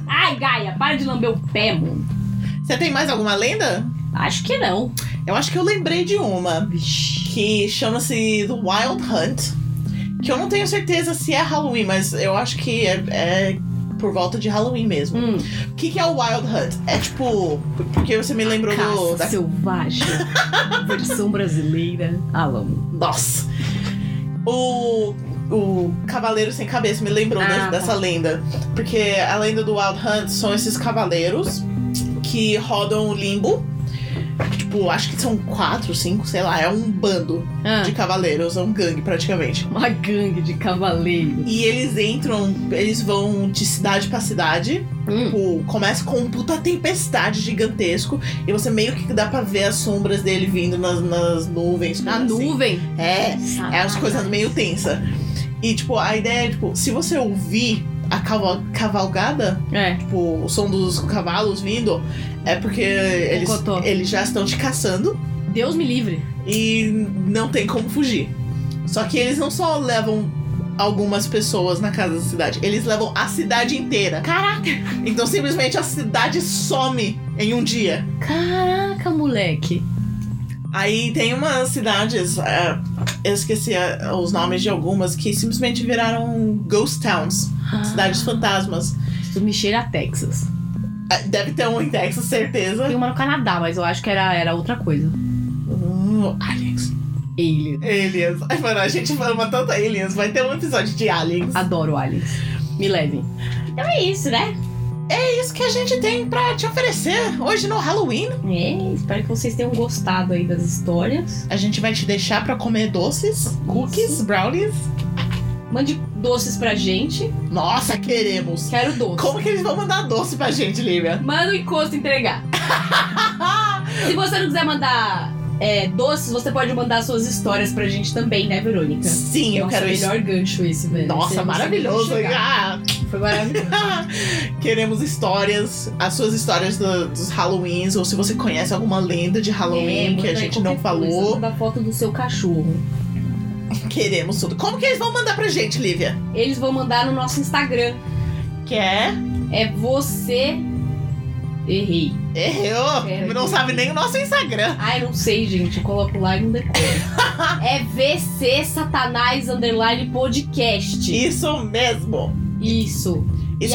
Speaker 3: Ai, Gaia, para de lamber o pé, mano.
Speaker 2: Você tem mais alguma lenda?
Speaker 3: Acho que não.
Speaker 2: Eu acho que eu lembrei de uma
Speaker 3: Vixi.
Speaker 2: que chama-se The Wild Hunt. Que eu não tenho certeza se é Halloween, mas eu acho que é, é por volta de Halloween mesmo.
Speaker 3: Hum.
Speaker 2: O que, que é o Wild Hunt? É tipo. Porque você me lembrou do.
Speaker 3: Caça
Speaker 2: Da...
Speaker 3: selvagem, versão brasileira, Alamo.
Speaker 2: Nossa! O. O Cavaleiro Sem Cabeça me lembrou
Speaker 3: Ah,
Speaker 2: de-
Speaker 3: tá.
Speaker 2: dessa lenda. Porque a lenda do Wild Hunt são esses cavaleiros que rodam o limbo. Tipo, acho que são quatro, cinco, sei lá. É um bando
Speaker 3: Ah,
Speaker 2: de cavaleiros, é um gangue praticamente.
Speaker 3: uma gangue de cavaleiros.
Speaker 2: E eles entram, eles vão de cidade pra cidade.
Speaker 3: Hum,
Speaker 2: Tipo, começa com um puta tempestade gigantesco. E você meio que dá pra ver as sombras dele vindo nas, nas nuvens.
Speaker 3: Na
Speaker 2: coisa assim.
Speaker 3: nuvem.
Speaker 2: É,
Speaker 3: Satanás.
Speaker 2: é as
Speaker 3: tá.
Speaker 2: coisas meio tensa. E, tipo, a ideia é, tipo, se você ouvir a caval- cavalgada,
Speaker 3: É.
Speaker 2: tipo, o som dos cavalos vindo, é porque eles,
Speaker 3: Cocotó.
Speaker 2: eles já estão te caçando
Speaker 3: Deus me livre.
Speaker 2: e não tem como fugir. Só que eles não só levam algumas pessoas na casa da cidade, eles levam a cidade inteira.
Speaker 3: Caraca.
Speaker 2: Então simplesmente a cidade some em um dia.
Speaker 3: Caraca, moleque.
Speaker 2: Aí tem umas cidades, é, eu esqueci é, os nomes de algumas, que simplesmente viraram ghost towns,
Speaker 3: Ah.
Speaker 4: Ah.
Speaker 2: cidades fantasmas.
Speaker 3: Isso me cheira a Texas.
Speaker 2: É, Deve ter um em Texas, certeza.
Speaker 3: Tem uma no Canadá, mas eu acho que era, era outra coisa.
Speaker 2: Hum, aliens.
Speaker 3: Alien.
Speaker 2: Aliens. Ai, mano, a gente ama tanto aliens, vai ter um episódio de aliens.
Speaker 3: Adoro aliens. Me levem. Então é isso, né?
Speaker 2: É isso que a gente tem pra te oferecer hoje no Halloween.
Speaker 3: É, espero que vocês tenham gostado aí das histórias.
Speaker 2: A gente vai te deixar pra comer doces, cookies, brownies.
Speaker 3: Mande doces pra gente.
Speaker 2: Nossa, queremos!
Speaker 3: Quero doce.
Speaker 2: Como que eles vão mandar doce pra gente, Lívia?
Speaker 3: Manda o encosto entregar. Se você não quiser mandar é, doces, você pode mandar suas histórias pra gente também, né, Verônica?
Speaker 2: Sim, eu
Speaker 4: Nossa,
Speaker 2: quero isso.
Speaker 4: melhor gancho esse, velho. Você
Speaker 2: Nossa,
Speaker 4: não
Speaker 2: maravilhoso.
Speaker 4: sabe onde chegar.
Speaker 2: Ah,
Speaker 4: Foi maravilhoso.
Speaker 2: Queremos histórias, as suas histórias do- dos Halloweens, ou se você conhece alguma lenda de
Speaker 3: É,
Speaker 2: Halloween que a gente não falou.
Speaker 4: Da foto do seu cachorro.
Speaker 2: Queremos tudo. Como que eles vão mandar pra gente, Lívia?
Speaker 3: Eles vão mandar no nosso Instagram.
Speaker 2: Que é.
Speaker 3: É você. Errei.
Speaker 2: Errou!
Speaker 3: Pera,
Speaker 2: não
Speaker 3: que-
Speaker 2: sabe nem o nosso Instagram.
Speaker 3: Ai, não sei, gente. Eu coloco lá e não decoro. é VC Satanás Underline Podcast.
Speaker 2: Isso mesmo.
Speaker 3: Isso.
Speaker 2: Isso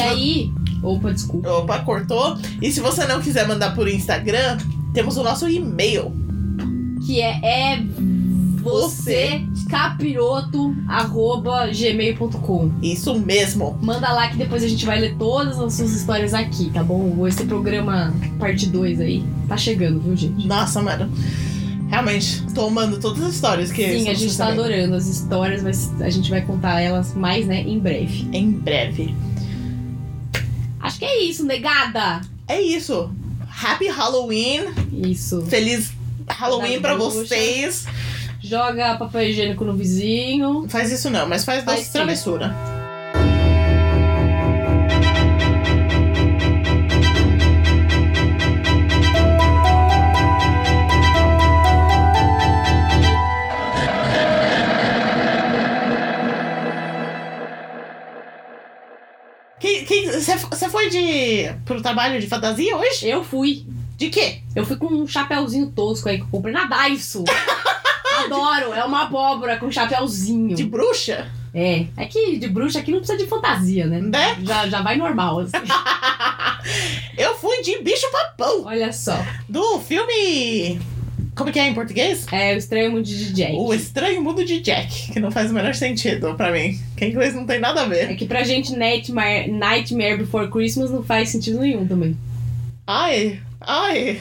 Speaker 3: e aí. Opa, desculpa.
Speaker 2: Opa, cortou. E se você não quiser mandar por Instagram, temos o nosso e-mail.
Speaker 3: Que é, é você capiroto arroba gmail.com.
Speaker 2: Isso mesmo.
Speaker 3: Manda lá que depois a gente vai ler todas as suas histórias aqui, tá bom? Esse programa parte 2 aí tá chegando, viu, gente?
Speaker 2: Nossa, mano. Realmente, tô amando todas as histórias que
Speaker 3: Sim, a
Speaker 2: estamos
Speaker 3: gente tá
Speaker 2: recebendo.
Speaker 3: adorando as histórias, mas a gente vai contar elas mais, né, em breve.
Speaker 2: Em breve.
Speaker 3: Acho que é isso, negada!
Speaker 2: É isso. Happy Halloween.
Speaker 3: Isso.
Speaker 2: Feliz Halloween
Speaker 3: Verdade,
Speaker 2: pra
Speaker 3: bruxa.
Speaker 2: vocês.
Speaker 3: Joga papel higiênico no vizinho.
Speaker 2: Faz isso não, mas faz,
Speaker 3: Faz
Speaker 2: doce
Speaker 3: sim.
Speaker 2: travessura. Você foi de pro trabalho de fantasia hoje?
Speaker 3: Eu fui.
Speaker 2: De quê?
Speaker 3: Eu fui com um chapéuzinho tosco aí que eu comprei na Daiso. Adoro, é uma abóbora com chapéuzinho.
Speaker 2: De bruxa?
Speaker 3: É, é que de bruxa aqui não precisa de fantasia, né?
Speaker 2: Né?
Speaker 3: Já, já vai normal, assim.
Speaker 2: Eu fui de bicho-papão
Speaker 3: Olha só.
Speaker 2: do filme. Como que é em português?
Speaker 3: É, o estranho mundo de Jack.
Speaker 2: O Estranho Mundo de Jack, que não faz o menor sentido pra mim. Que em inglês não tem nada a ver.
Speaker 3: É que pra gente Nightmare, Nightmare Before Christmas não faz sentido nenhum também.
Speaker 2: Ai, ai.